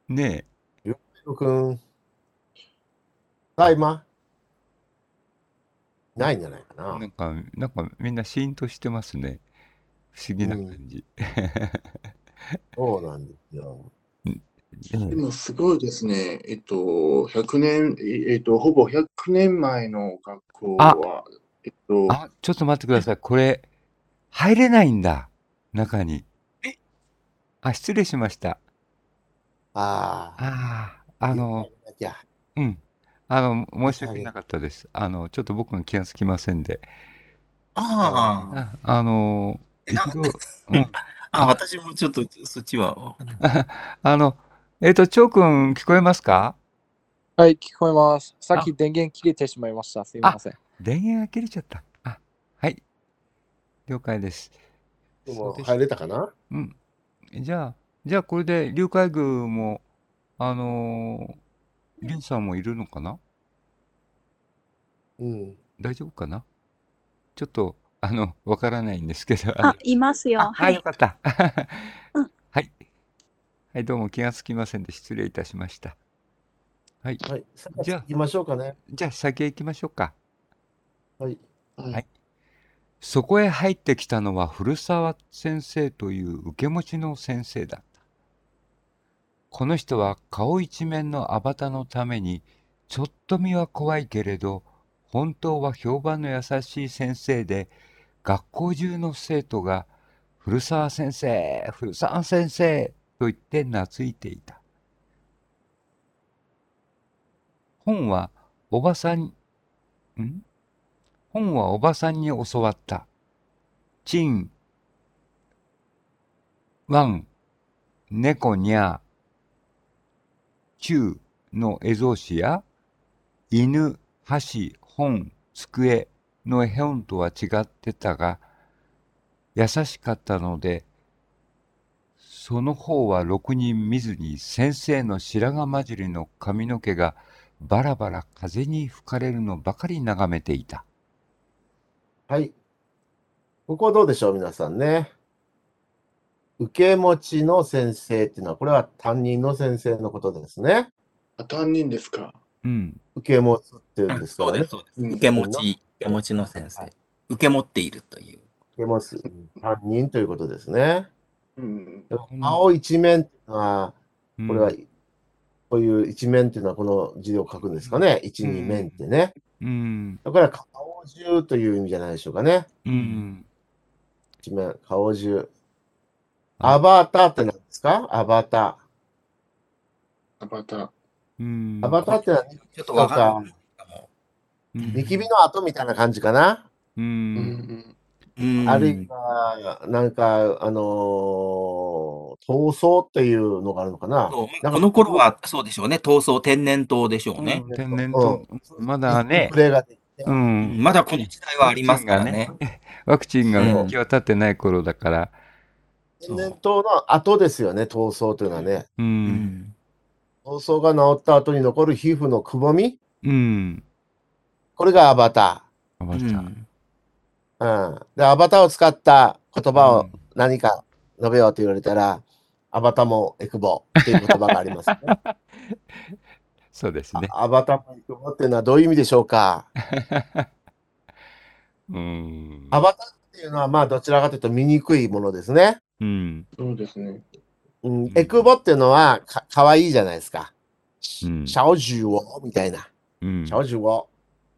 Speaker 2: ね
Speaker 1: ゆうくん。ただいま。ないんじゃないか
Speaker 2: え、
Speaker 1: な
Speaker 2: なん。か、なんかみんなシーンとしてますね。不思議な感じ。
Speaker 1: そうなんですよ。
Speaker 3: う。
Speaker 2: ね
Speaker 3: でもすごいですね。えっと、100年、ええっと、ほぼ100年前の学校は、えっと、
Speaker 2: あ、ちょっと待ってください。これ、入れないんだ。中に。
Speaker 4: え
Speaker 2: あ、失礼しました。
Speaker 1: ああ。
Speaker 2: ああ、あの、
Speaker 1: いや、
Speaker 2: うん。あの、申し訳なかったです。あの、ちょっと僕が気がつきませんで。
Speaker 4: ああ、
Speaker 2: ああの、
Speaker 4: えなん
Speaker 2: 一度、
Speaker 4: あ私もちょっとそっちはわかんない。
Speaker 2: あの、えっ、と、チョウ君聞こえますか
Speaker 5: はい、聞こえます。さっき電源切れてしまいました。すいません。
Speaker 2: 電源が切れちゃった。あ、はい。了解です。
Speaker 1: でも
Speaker 2: そうでした
Speaker 1: 入れたかな
Speaker 2: うん。じゃあ、じゃあこれで、竜海宮も、あのー、リンさんもいるのかな
Speaker 1: うん。
Speaker 2: 大丈夫かなちょっと、あの、わからないんですけど、あの
Speaker 6: あ、いますよ。
Speaker 2: あ、
Speaker 6: は
Speaker 2: よ
Speaker 6: い。
Speaker 2: かった。
Speaker 6: うん
Speaker 2: *laughs* はい。はい、どうも気がつきませんで失礼いたしました。はい。
Speaker 1: はい。さあ
Speaker 2: じゃあ
Speaker 1: 行きましょうかね。
Speaker 2: じゃあ先へ行きましょうか。
Speaker 1: はい。
Speaker 3: はい
Speaker 2: はいそこへ入ってきたのは古沢先生という受け持ちの先生だった。この人は顔一面のアバタのために、ちょっと見は怖いけれど、本当は評判の優しい先生で、学校中の生徒が、古沢先生、古沢先生と言って懐いていた。本はおばさん、ん本はおばさんに教わった。チン、ワン、猫にゃ、チューの絵草紙や、犬、箸、本、机の絵本とは違ってたが、優しかったので、その方はろくに見ずに先生の白髪混じりの髪の毛がバラバラ風に吹かれるのばかり眺めていた。
Speaker 1: はい。ここどうでしょう、皆さんね。受け持ちの先生っていうのは、これは担任の先生のことですね。
Speaker 3: あ、担任ですか。
Speaker 2: うん。
Speaker 1: 受け持つっていうん
Speaker 4: うん
Speaker 1: ですか
Speaker 4: そう
Speaker 1: ら
Speaker 4: で
Speaker 1: ね
Speaker 4: す、。そうです。
Speaker 3: うん
Speaker 4: 受け持ち、受け持ちの先生。受け持っているという。
Speaker 1: 受け持つ。うん担任ということですね。
Speaker 3: うん。
Speaker 1: 顔一面っていうのは、
Speaker 2: うん
Speaker 1: これは、こういう一面っていうのは、この字を書くんですかね。一、
Speaker 2: うん
Speaker 1: 二面ってね。
Speaker 2: うん。
Speaker 1: だから、顔中という意味じゃないでしょうかね。
Speaker 2: うん。
Speaker 1: 一面、顔中。アバターって何ですかアバタ
Speaker 3: アバター。
Speaker 2: うん。
Speaker 1: アバターってのは
Speaker 4: ちょっとわかんない。
Speaker 2: うん
Speaker 1: ニキビの跡みたいな感じかな、
Speaker 2: う
Speaker 3: うん
Speaker 2: ん。
Speaker 4: うん
Speaker 1: あるいは、なんか、あのー、闘争っていうのがあるのかな
Speaker 4: そう
Speaker 1: なんか
Speaker 4: この頃はそうでしょうね、闘争天然痘でしょうね。
Speaker 2: 天然痘、まだね
Speaker 1: プ、レーができて
Speaker 2: うん、
Speaker 4: まだこの時代はありますからね。
Speaker 2: ワクチンが
Speaker 4: うん
Speaker 2: 行き渡ってない頃だから、
Speaker 1: 天然痘の後ですよね、闘争というのはね。
Speaker 2: う、
Speaker 4: うんん
Speaker 1: 闘争が治った後に残る皮膚のくぼみ、
Speaker 2: うん、
Speaker 1: これがアバタ
Speaker 2: ア
Speaker 4: う
Speaker 2: バター。
Speaker 4: ん
Speaker 1: ー。うん、で、アバターを使った言葉を何か述べようと言われたら、アバタもエクボっていう言葉がありますね。
Speaker 2: そうです *laughs* ね。
Speaker 1: アバタもエクボっていうのはどういう意味でしょうか
Speaker 2: うん。
Speaker 1: アバターっていうのは、まあ、どちらかというと醜いものですね。
Speaker 2: うん。
Speaker 3: そうですね。
Speaker 1: うん、エクボっていうのはかかわいいじゃないですか。
Speaker 2: うん
Speaker 1: シャオジュオみたいな。
Speaker 2: うん
Speaker 1: シャオジュオ。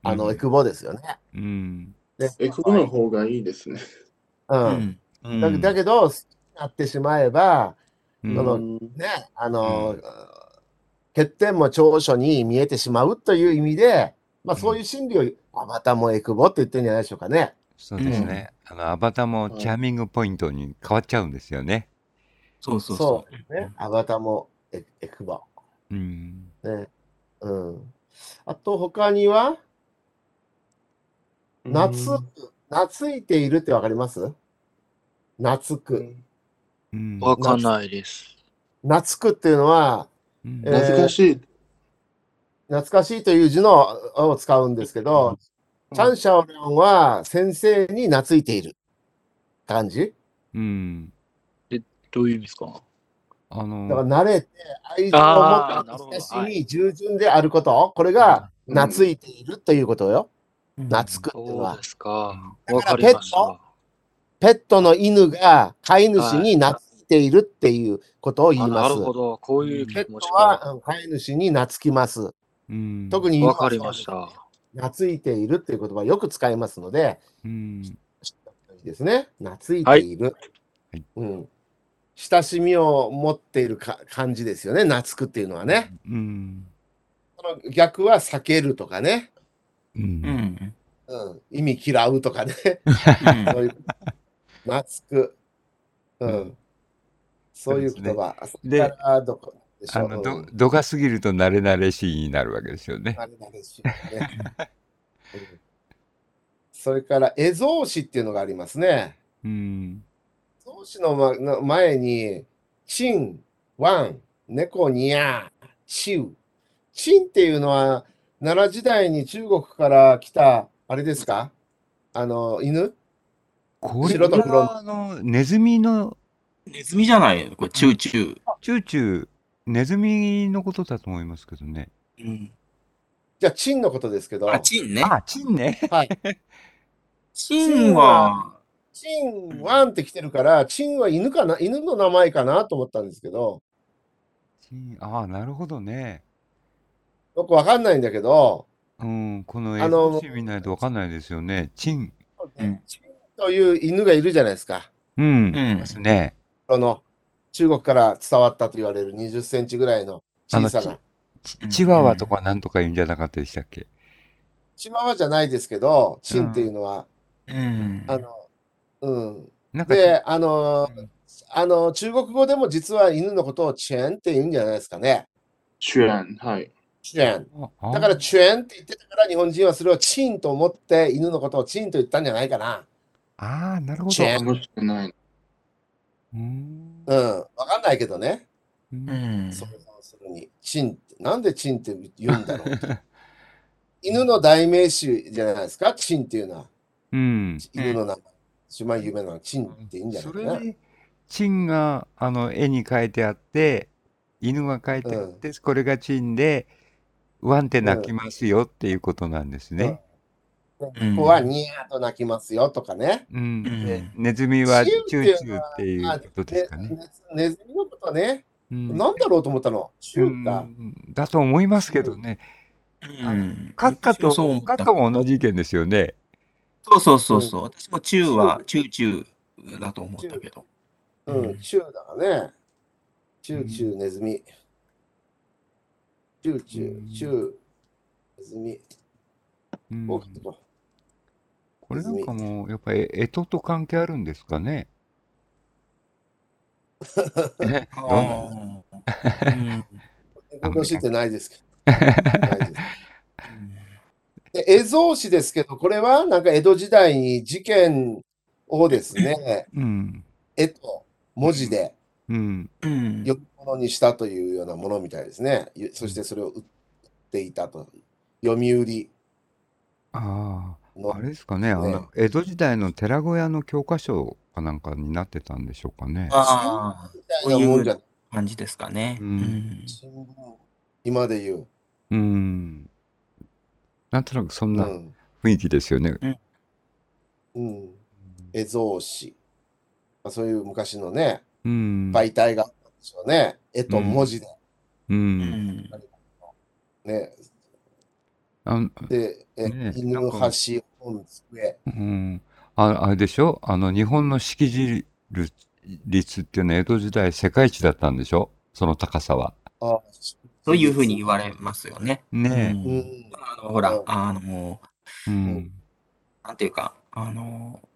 Speaker 1: あの、エクボですよね。
Speaker 2: うん。
Speaker 1: で
Speaker 3: エクボの方がいいですね。
Speaker 1: う。
Speaker 4: うんん
Speaker 2: うん
Speaker 1: だだけど、好きになってしまえば、あ
Speaker 2: う
Speaker 1: の
Speaker 2: ん。
Speaker 1: ね、あの、欠点も長所に見えてしまうという意味で、まあ、そういう心理を、あまたもエクボって言ってるんじゃないでしょうかね。
Speaker 2: そうですね。あの、アバターもチャーミングポイントに変わっちゃうんですよね。
Speaker 4: そうそうそう
Speaker 1: ね、アバタもエエクボ。
Speaker 2: うん。
Speaker 1: ね。うん。あと、他には、夏
Speaker 3: うん、
Speaker 1: 懐いているってわかります懐く。
Speaker 2: うん。
Speaker 5: わかんないです。
Speaker 1: 懐くっていうのは、
Speaker 2: うん
Speaker 1: えー
Speaker 3: 懐かしい。
Speaker 1: 懐かしいという字のを使うんですけど、チャンシャオリョンは先生に懐いている感じ
Speaker 2: うん。
Speaker 5: どういう意味ですか
Speaker 2: あの、
Speaker 1: だから慣れて愛情を持って懐かしみに従順であること、これが懐いているということよ。
Speaker 4: うん。
Speaker 1: 懐くっていうの
Speaker 5: そう
Speaker 1: は
Speaker 5: で。すか。
Speaker 1: だ
Speaker 5: わ
Speaker 1: から
Speaker 5: か
Speaker 1: ペッ
Speaker 5: り
Speaker 1: ト
Speaker 5: ました。
Speaker 1: ペットの犬が飼い主に懐いているっていうことを言い
Speaker 5: あ
Speaker 1: ま
Speaker 5: な
Speaker 1: す
Speaker 5: る。ほど。こういう
Speaker 1: ペッ
Speaker 5: 気持ち
Speaker 1: ト
Speaker 5: か。
Speaker 1: はうん飼い主に懐きます。
Speaker 2: うん。
Speaker 1: 特に犬は
Speaker 5: わかりました。
Speaker 1: 懐いているっていう言葉をよく使いますので、
Speaker 2: うん。
Speaker 1: いいですね。懐いている。
Speaker 2: はい
Speaker 1: うん。親しみを持っているか感じですよね。懐くっていうのはね。
Speaker 2: うん。
Speaker 1: その逆は避けるとかね。
Speaker 2: う。
Speaker 4: うんん。
Speaker 1: うん。意味嫌うと
Speaker 2: *laughs*
Speaker 1: かね。そういう懐く。う。
Speaker 2: うん
Speaker 1: そういう言葉。
Speaker 2: で
Speaker 1: それからどこでし
Speaker 2: あ
Speaker 1: ょう。
Speaker 2: の、
Speaker 1: う
Speaker 2: ど
Speaker 1: ん、
Speaker 2: 度が過ぎると慣れ慣れしいになるわけですよね。
Speaker 1: あれなんですよね。うんそれから、絵像詞っていうのがありますね。
Speaker 2: うん。
Speaker 1: 絵像詞の,、ま、の前に、チン、ワン、猫ニャー、チウ。チンっていうのは、奈良時代に中国から来た、あれですかあの、犬
Speaker 2: これ
Speaker 1: 白と黒
Speaker 2: は、あの、ネズミの、
Speaker 4: ネズミじゃないこれ、チューチュ
Speaker 2: チューチュー、ネズミのことだと思いますけどね。
Speaker 4: ー。うん
Speaker 1: じゃあ、チンのことですけど、
Speaker 4: あ、チンね。
Speaker 2: あ、チンね。
Speaker 1: はい、
Speaker 4: チンは、
Speaker 1: チン、ワンって来てるから、チンは犬かな犬の名前かなと思ったんですけど、
Speaker 2: チン、ああ、なるほどね。
Speaker 1: よくわかんないんだけど、
Speaker 2: うん、この
Speaker 1: あ
Speaker 2: 映
Speaker 1: の
Speaker 2: 像見ないとわかんないですよね。チン。
Speaker 4: うん
Speaker 1: チンという犬がいるじゃないですか。
Speaker 2: うん。
Speaker 4: うん
Speaker 2: ですね。
Speaker 1: あの中国から伝わったと言われる20センチぐらいの小さ
Speaker 2: あの
Speaker 1: な。
Speaker 2: チ
Speaker 4: うん
Speaker 2: チワワとかなんとか言うんじゃなかったでしたっけ
Speaker 1: チワワじゃないですけど、チンっていうのは、
Speaker 4: うん。
Speaker 1: あの、うん。
Speaker 2: なんか、
Speaker 1: で、あの
Speaker 4: うん、
Speaker 1: あの、中国語でも実は犬のことをチェンって言うんじゃないですかね。
Speaker 3: 主演、はい。
Speaker 1: チェン。
Speaker 2: あ
Speaker 1: だから、、チェンって言ってたから、日本人はそれをチンと思って、犬のことをチンと言ったんじゃないかな。
Speaker 2: ああ、なるほ
Speaker 1: チ
Speaker 2: ど。
Speaker 1: ェ
Speaker 3: か
Speaker 1: ン。
Speaker 3: もしれない。
Speaker 2: うん
Speaker 1: うん。わかんないけどね。
Speaker 2: う
Speaker 4: うんん。
Speaker 1: 想像するに。チンって、なんでチンって言うんだろう。
Speaker 4: *laughs*
Speaker 1: 犬の代名詞じゃないですか、チンっていうのは。
Speaker 2: うん。
Speaker 1: 犬の名前、一番有名なのはチンっていいんじゃな
Speaker 2: そ
Speaker 1: いか
Speaker 2: れ
Speaker 1: な。
Speaker 2: で、チンが、あの、絵に描いてあって、犬が描いてあって、これがチンで、ワンって鳴きますよっていうことなんですね。
Speaker 4: うん
Speaker 1: ここはニヤーと泣きますよとかね。
Speaker 2: うん。
Speaker 4: うん
Speaker 2: でネズミは
Speaker 1: チ
Speaker 2: チ
Speaker 1: ンって
Speaker 2: ュ
Speaker 1: いうの
Speaker 2: ー
Speaker 1: は
Speaker 2: チューっていうことですかね。
Speaker 1: ねネズミのことね、
Speaker 2: うん
Speaker 1: なんだろうと思ったの。チュー
Speaker 2: う
Speaker 1: か。
Speaker 2: んだと思いますけどね。
Speaker 4: うん。
Speaker 2: 閣下と、
Speaker 4: 私もそう思った
Speaker 2: 閣下も同じ意見ですよね。
Speaker 4: そうそうそうそう。私もチューは、チューチューだと思ったけど。
Speaker 1: うん、
Speaker 4: うん
Speaker 1: チューだね。チューチューネズミ。チューチュー、チュー、ずみ、
Speaker 2: うん
Speaker 1: おっと、
Speaker 2: これなんかもう、やっぱりえ干支と関係あるんですかね。えどうなん
Speaker 4: あーうん
Speaker 1: 今年ってない
Speaker 2: *laughs*
Speaker 1: ですけど。ないですで絵像紙ですけど、これはなんか江戸時代に事件をですね、
Speaker 2: うん。
Speaker 1: 絵と文字で
Speaker 2: うん。
Speaker 4: うん
Speaker 1: 読み物にしたというようなものみたいですね。ゆそしてそれを売っていたと。読売
Speaker 2: あ
Speaker 1: の
Speaker 2: あ、あれですかね。あ
Speaker 1: ね
Speaker 2: の、江戸時代の寺小屋の教科書かなんかになってたんでしょうかね。
Speaker 4: あ
Speaker 1: みたいなもんじゃ
Speaker 4: あ、感じですかね。
Speaker 2: う
Speaker 4: うんん。
Speaker 1: 新聞今で言う。
Speaker 2: うん。なんとなくそん
Speaker 1: う。
Speaker 2: なん雰囲気ですよね。
Speaker 1: うん。絵像紙。まあ、そういう昔のね、
Speaker 2: うん。
Speaker 1: 媒体があったんでしょうね。絵と文字で。
Speaker 2: う。
Speaker 4: うんん。
Speaker 1: ね。
Speaker 2: あの
Speaker 1: で、え
Speaker 2: ねえ
Speaker 1: 犬
Speaker 2: なん
Speaker 1: 橋
Speaker 2: か
Speaker 1: 本机。
Speaker 2: うん、あ、あれでしょあの、日本の識字率っていうのは江戸時代世界一だったんでしょその高さは。
Speaker 1: あ
Speaker 4: というふうに言われますよね。
Speaker 2: ね
Speaker 1: う
Speaker 4: うん
Speaker 1: ん。
Speaker 4: あのほら、あの、
Speaker 2: え。うん。
Speaker 4: なんていうか、あの、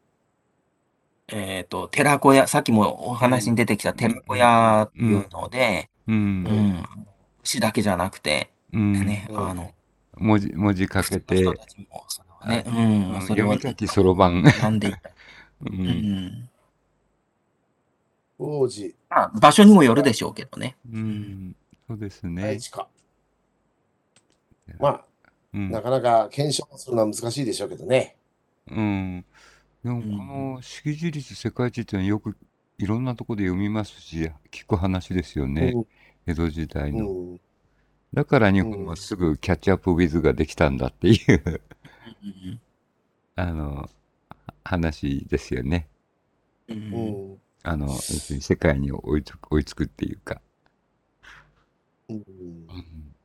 Speaker 4: えっと、寺子屋、さっきもお話に出てきた寺子屋っていうので、
Speaker 2: う。
Speaker 4: うんん、牛だけじゃなくて、
Speaker 2: うん。
Speaker 4: ね、
Speaker 1: うん
Speaker 4: あの、
Speaker 2: 文字、文字かけて、
Speaker 4: 人たちも、それはね、う
Speaker 2: う
Speaker 4: ん、
Speaker 2: ん
Speaker 4: それ
Speaker 2: 読
Speaker 4: を
Speaker 2: み書きそろばん。
Speaker 4: 学んでいった。
Speaker 2: う。
Speaker 4: うんん。
Speaker 1: 当時、
Speaker 4: まあ、場所にもよるでしょうけどね。
Speaker 2: うん。そうです
Speaker 1: 愛
Speaker 2: ね。
Speaker 1: 知か。まあ、
Speaker 2: うん
Speaker 1: な。かなか検証するのは難しいでしょうけどね。
Speaker 2: うん。でも、
Speaker 4: ん
Speaker 2: この識字率世界一っていうのはよくいろんなとこで読みますし、聞く話ですよね。江戸時代
Speaker 1: う
Speaker 2: の。
Speaker 1: ん。うん
Speaker 2: だから日本はすぐキャッチアップウィズができたんだっていう。あの、話ですよね。
Speaker 4: う。
Speaker 1: うんん。
Speaker 2: あの、要するに世界に追いつ追いつくっていうか。
Speaker 1: うん
Speaker 2: うん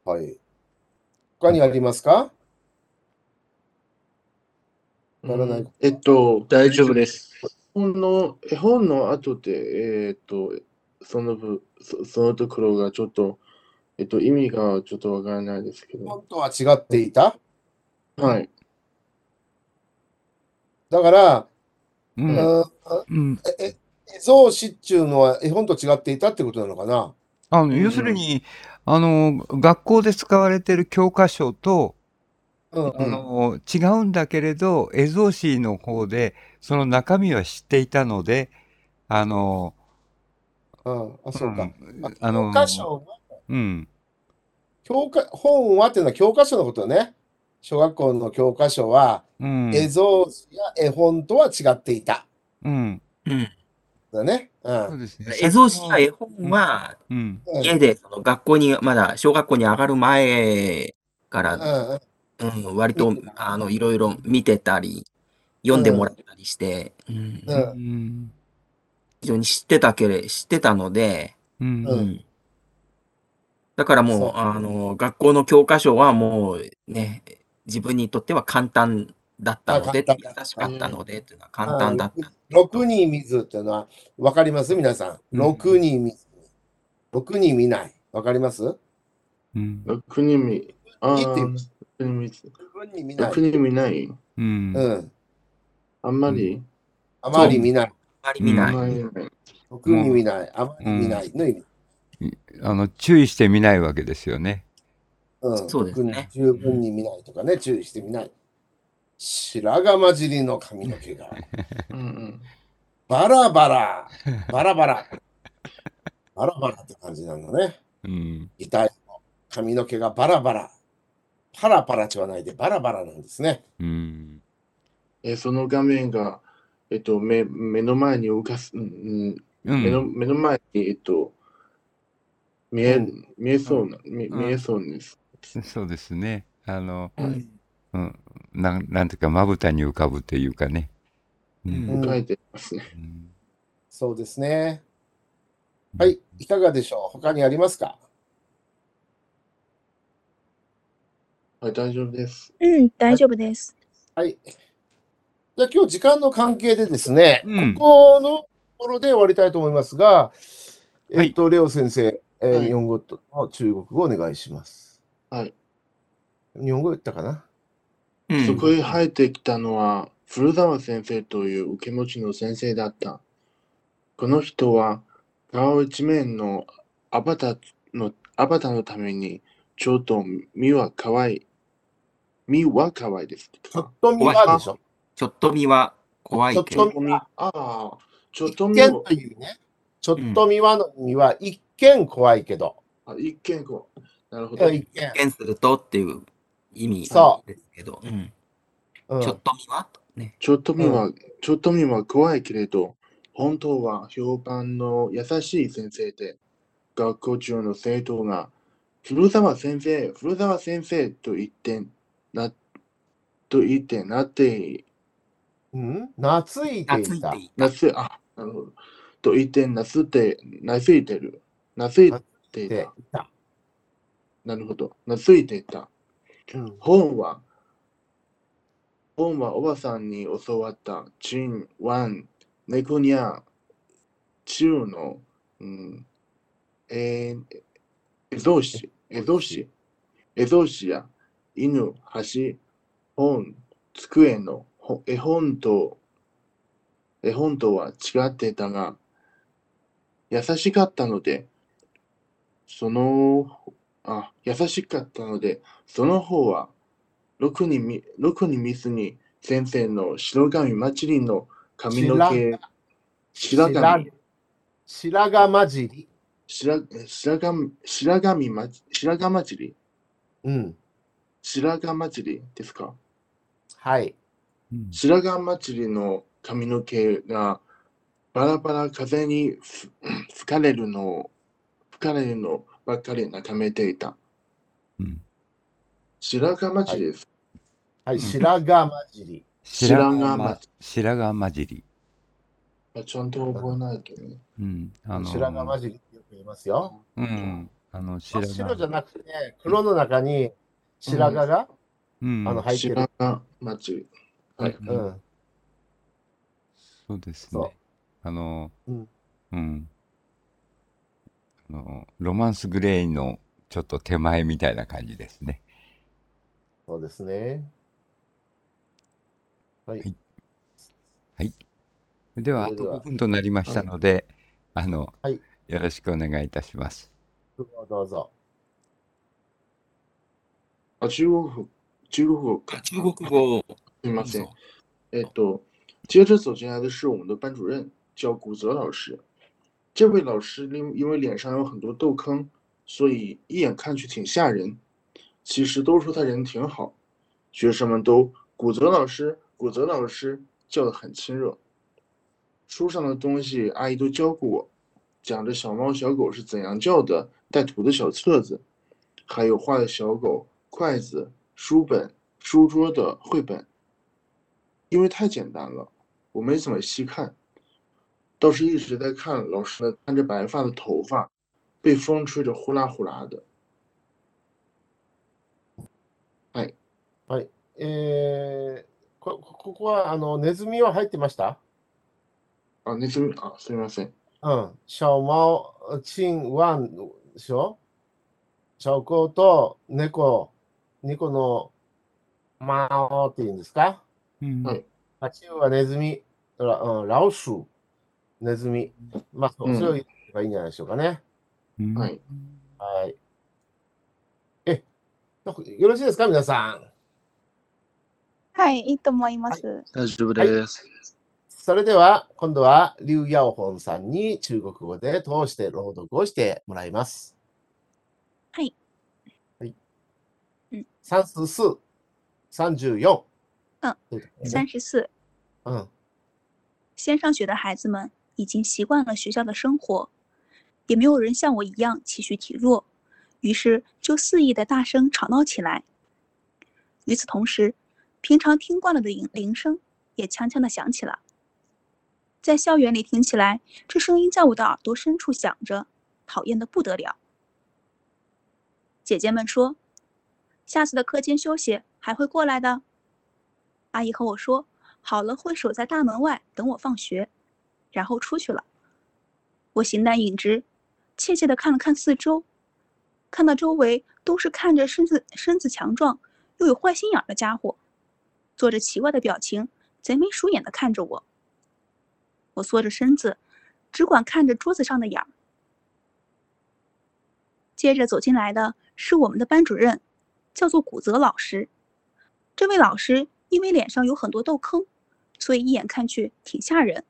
Speaker 1: はい。他にありますかならない
Speaker 3: うんえっと、
Speaker 5: 大丈夫です。
Speaker 3: 絵本の、絵本の後で、えーっと、その部、そそのところがちょっと、えっと、意味がちょっとわからないですけど。
Speaker 1: 本とは違っていた
Speaker 3: はい。
Speaker 1: だから、
Speaker 2: う。
Speaker 1: うんん、
Speaker 2: うん。
Speaker 1: 絵像紙っていうのは絵本と違っていたってことなのかな
Speaker 2: あの、要するに、あの、学校で使われてる教科書と、
Speaker 1: うん
Speaker 2: あの、違うんだけれど、エゾシの方で、その中身は知っていたので、あの、
Speaker 1: うん。あ、そうか。
Speaker 2: ん
Speaker 1: あ
Speaker 2: あの、
Speaker 1: 教科書は
Speaker 2: うん。
Speaker 1: 教科、本はっていうのは教科書のことね。小学校の教科書は、
Speaker 2: うん。
Speaker 1: 絵像紙や絵本とは違っていた。
Speaker 2: うん。
Speaker 4: うん。
Speaker 1: だね。う。
Speaker 2: そうんですね。
Speaker 4: 絵像紙や絵本は、
Speaker 2: うん。
Speaker 4: 家でその学校に、まだ小学校に上がる前か
Speaker 1: う
Speaker 4: ら、
Speaker 1: ん。うん
Speaker 4: うん、割と、あの、いろいろ見てたり、読んでもらったりして、うん
Speaker 1: う
Speaker 2: うんん。
Speaker 4: 非常に知ってたけれ、知ってたので、
Speaker 2: うん。
Speaker 1: うん
Speaker 4: うんだか
Speaker 1: そ
Speaker 4: らも
Speaker 1: う
Speaker 4: う、あの、学校の教科書はもうね、自分にとっては簡単だったので、
Speaker 1: あ簡単
Speaker 4: 優しかったので、っていうのは簡単だった。
Speaker 1: 六に水っていうのは分かります皆さん。
Speaker 2: うん
Speaker 1: 六に水。六に見ない。分かります
Speaker 2: うん。
Speaker 3: 国見、あ
Speaker 1: 見て
Speaker 3: ー、国見、
Speaker 1: 六に見ない。
Speaker 3: 国見ない。
Speaker 2: うん。
Speaker 1: うん。
Speaker 3: あんまり、
Speaker 1: あまり見ない。
Speaker 4: あまり見な
Speaker 3: あ
Speaker 4: い。
Speaker 3: んまり
Speaker 4: う
Speaker 3: ない。
Speaker 1: 六に見ない。あまり見ないの意味。
Speaker 2: あの、注意して見ないわけですよね。
Speaker 1: うん。
Speaker 4: そうですね
Speaker 1: 六に十分に見ないとかね、注意してみない。白髪混じりの髪の
Speaker 4: *laughs*
Speaker 1: 毛が。
Speaker 3: うんうん。
Speaker 1: バラバラ。バラバラ。バラバラって感じなんだね。
Speaker 2: うん。
Speaker 1: 遺体の髪の毛がバラバラ。パラパラじゃないでバラバラなんですね。
Speaker 2: うん。
Speaker 3: えーその画面が、えっと、目、目の前に浮かす、うん、
Speaker 2: う
Speaker 3: うんん目の、目の前に、えっと、見え、見えそうな、見、
Speaker 2: うん
Speaker 3: 見えそうです。
Speaker 2: そうですね。あの、
Speaker 4: ん
Speaker 2: うん、なん、なんていうか、まぶたに浮かぶっていうかね。うん。
Speaker 1: うん
Speaker 3: 書いてますね。
Speaker 1: そうですね。はい。いかがでしょう他にありますか
Speaker 3: はい、大丈夫です。
Speaker 6: うん、大丈夫です。
Speaker 1: はい。じゃあ今日時間の関係でですね、
Speaker 2: うん
Speaker 1: ここのところで終わりたいと思いますが、
Speaker 2: はい
Speaker 1: えっと、レオ先生、えー
Speaker 3: はい
Speaker 1: 日本語と中国語お願いします。
Speaker 3: はい。
Speaker 1: 日本語言ったかな
Speaker 4: うん
Speaker 3: そこへ入ってきたのは、古澤先生という受け持ちの先生だった。この人は、顔一面のアバターの、アバターのために、ちょっと身は可愛い。身は可愛いです。
Speaker 1: ちょっと見はでしょ。
Speaker 4: ちょっと見は怖いけ
Speaker 1: ちょっ
Speaker 4: ど、
Speaker 1: と
Speaker 3: 見ああ、ちょっと
Speaker 1: 一
Speaker 3: 見
Speaker 1: 見
Speaker 3: を
Speaker 1: というね、ちょっと見はのには一見怖いけど、
Speaker 3: あ一見こう。なるほど。
Speaker 1: 一見、
Speaker 4: 検するとっていう意味
Speaker 1: そ
Speaker 4: ですけど、うん
Speaker 1: うん
Speaker 4: ちょっと見はね。
Speaker 3: ちょっと見は、ちょっと見は怖いけれど、本当は評判の優しい先生で、学校中の生徒が、古澤先生、古澤先生と言って、な、と言ってなって、
Speaker 1: うん、懐いて
Speaker 4: 懐
Speaker 1: い
Speaker 4: い
Speaker 1: た
Speaker 4: て。い
Speaker 3: な
Speaker 4: た。
Speaker 3: つ、あ、なるほど。と言ってなすって、なついてる。なついてい
Speaker 1: で
Speaker 3: た。
Speaker 1: いた。
Speaker 3: なるほど。なついていた。
Speaker 1: うん、
Speaker 3: 本は、本はおばさんに教わった、チン、ワン、猫ニャン、チューの、うん、えー、えぞうし、えぞうし、えぞうしや、犬、橋、本、机の、ほ絵本と、絵本とは違ってたが、優しかったので、その、あ、優しかったので、その方は、ろくにみ、ろくにミスに、先生の白髪祭りの髪の毛、白髪、
Speaker 1: 白髪混じり。
Speaker 3: 白白髪、白髪ま、白髪祭り、
Speaker 1: うん、
Speaker 3: 白髪祭りですか
Speaker 1: はい。
Speaker 2: うん
Speaker 3: 白髪祭りの髪の毛がバラバラ風にふ吹かれるのを、吹かれるのばっかり眺めていた。
Speaker 2: うん
Speaker 3: 白髪祭りです。
Speaker 1: はい、白髪混じり。
Speaker 2: 白
Speaker 3: 白髪
Speaker 2: 髪
Speaker 3: ま
Speaker 2: ま白髪混じり。
Speaker 3: あちゃんと覚えないとね。
Speaker 2: うん。あの
Speaker 1: 白髪混じりってよく言いますよ。
Speaker 2: うん。あの
Speaker 1: 真
Speaker 2: 白
Speaker 1: っ
Speaker 2: 髪。
Speaker 1: 白じゃなくて、黒の中に白髪が、
Speaker 2: うん。
Speaker 1: あの入ってる
Speaker 3: 白。髪祭り。はい。
Speaker 2: うん
Speaker 1: うん、
Speaker 2: そうです
Speaker 1: そう
Speaker 2: ね。あの、
Speaker 1: うん
Speaker 2: うんあの、ロマンスグレーのちょっと手前みたいな感じですね。
Speaker 1: そうですね。はい。
Speaker 2: はいでは、あ
Speaker 1: それ
Speaker 2: と
Speaker 1: では
Speaker 2: 5分となりましたので、あの、
Speaker 1: はい
Speaker 2: よろしくお願いいたします。
Speaker 1: どうぞ。
Speaker 3: あ、中国語、中国語か。
Speaker 4: 中国語を。
Speaker 3: すみません
Speaker 4: そう。
Speaker 3: えっと，哎接着走进来的是我们的班主任，叫古泽老师。这位老师因因为脸上有很多痘坑，所以一眼看去挺吓人。其实都说他人挺好，学生们都古泽老师，古泽老师叫得很亲热。书上的东西阿姨都教过我，讲着小猫小狗是怎样叫的，带图的小册子，还有画的小狗、筷子、书本、书桌的绘本。因为太简单了，我没怎么细看，倒是一直在看老师的摊着白发的头发，被风吹着呼啦呼啦的。
Speaker 1: えー、ここここはあのネズミは入ってました
Speaker 3: 啊，那是啊，すみません。
Speaker 1: うん。小猫、チン、ワンでしょ小狗と猫、猫のマオっていうんですか
Speaker 2: うん
Speaker 3: はい
Speaker 1: あチンはネズミ、ラうん、ラオス、ネズミ。まあ、そううんそれを言えばいいんじゃないでしょうかね。
Speaker 2: うん
Speaker 3: はい。
Speaker 1: はい。え、なんかよろしいですか、皆さん。
Speaker 6: はい、いいと思います。
Speaker 5: 大丈夫です。
Speaker 1: それでは、今度は、リュウ・ヤオホンさんに中国語で通して朗読をしてもらいます。
Speaker 6: はい。
Speaker 1: はい
Speaker 6: うん。
Speaker 1: 三十四、三十四。
Speaker 6: うん
Speaker 1: ということで
Speaker 6: 三
Speaker 1: ね。
Speaker 6: 十四，
Speaker 1: うん。
Speaker 6: 先上学的孩子们已经习惯了学校的生活，也没有人像我一样气虚体弱，于是就肆意的大声吵闹起来。与此同时，平常听惯了的铃铃声也锵锵的响起了。在校园里听起来，这声音在我的耳朵深处响着，讨厌的不得了。姐姐们说：“下次的课间休息还会过来的。”阿姨和我说：“好了，会守在大门外等我放学。”然后出去了。我形单影只，怯怯地看了看四周，看到周围都是看着身子身子强壮又有坏心眼儿的家伙，做着奇怪的表情，贼眉鼠眼的看着我。我缩着身子，只管看着桌子上的眼儿。接着走进来的是我们的班主任，叫做古泽老师。这位老师因为脸上有很多痘坑，所以一眼看去挺吓人。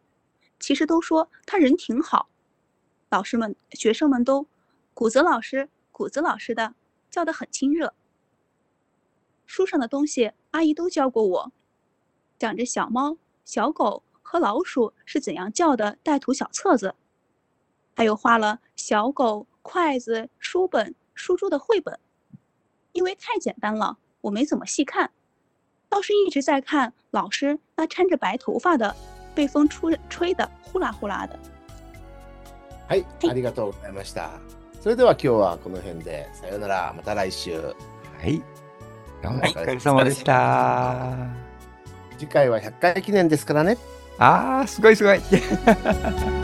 Speaker 6: 其实都说他人挺好，老师们、学生们都“古泽老师，古泽老师的”的叫得很亲热。书上的东西阿姨都教过我，讲着小猫、小狗和老鼠是怎样叫的带图小册子，还有画了小狗、筷子、书本、书桌的绘本。因为太简单了，我没怎么细看，倒是一直在看老师那掺着白头发的。被风吹吹的呼啦呼啦的。
Speaker 1: はい、ありがとうございました。それでは今日はこの辺で、さようなら、また来週。
Speaker 2: はい。どうもお
Speaker 1: はい
Speaker 2: 疲れ様でした。
Speaker 1: 次回は100回記念ですからね。
Speaker 2: あー、すごいすごい。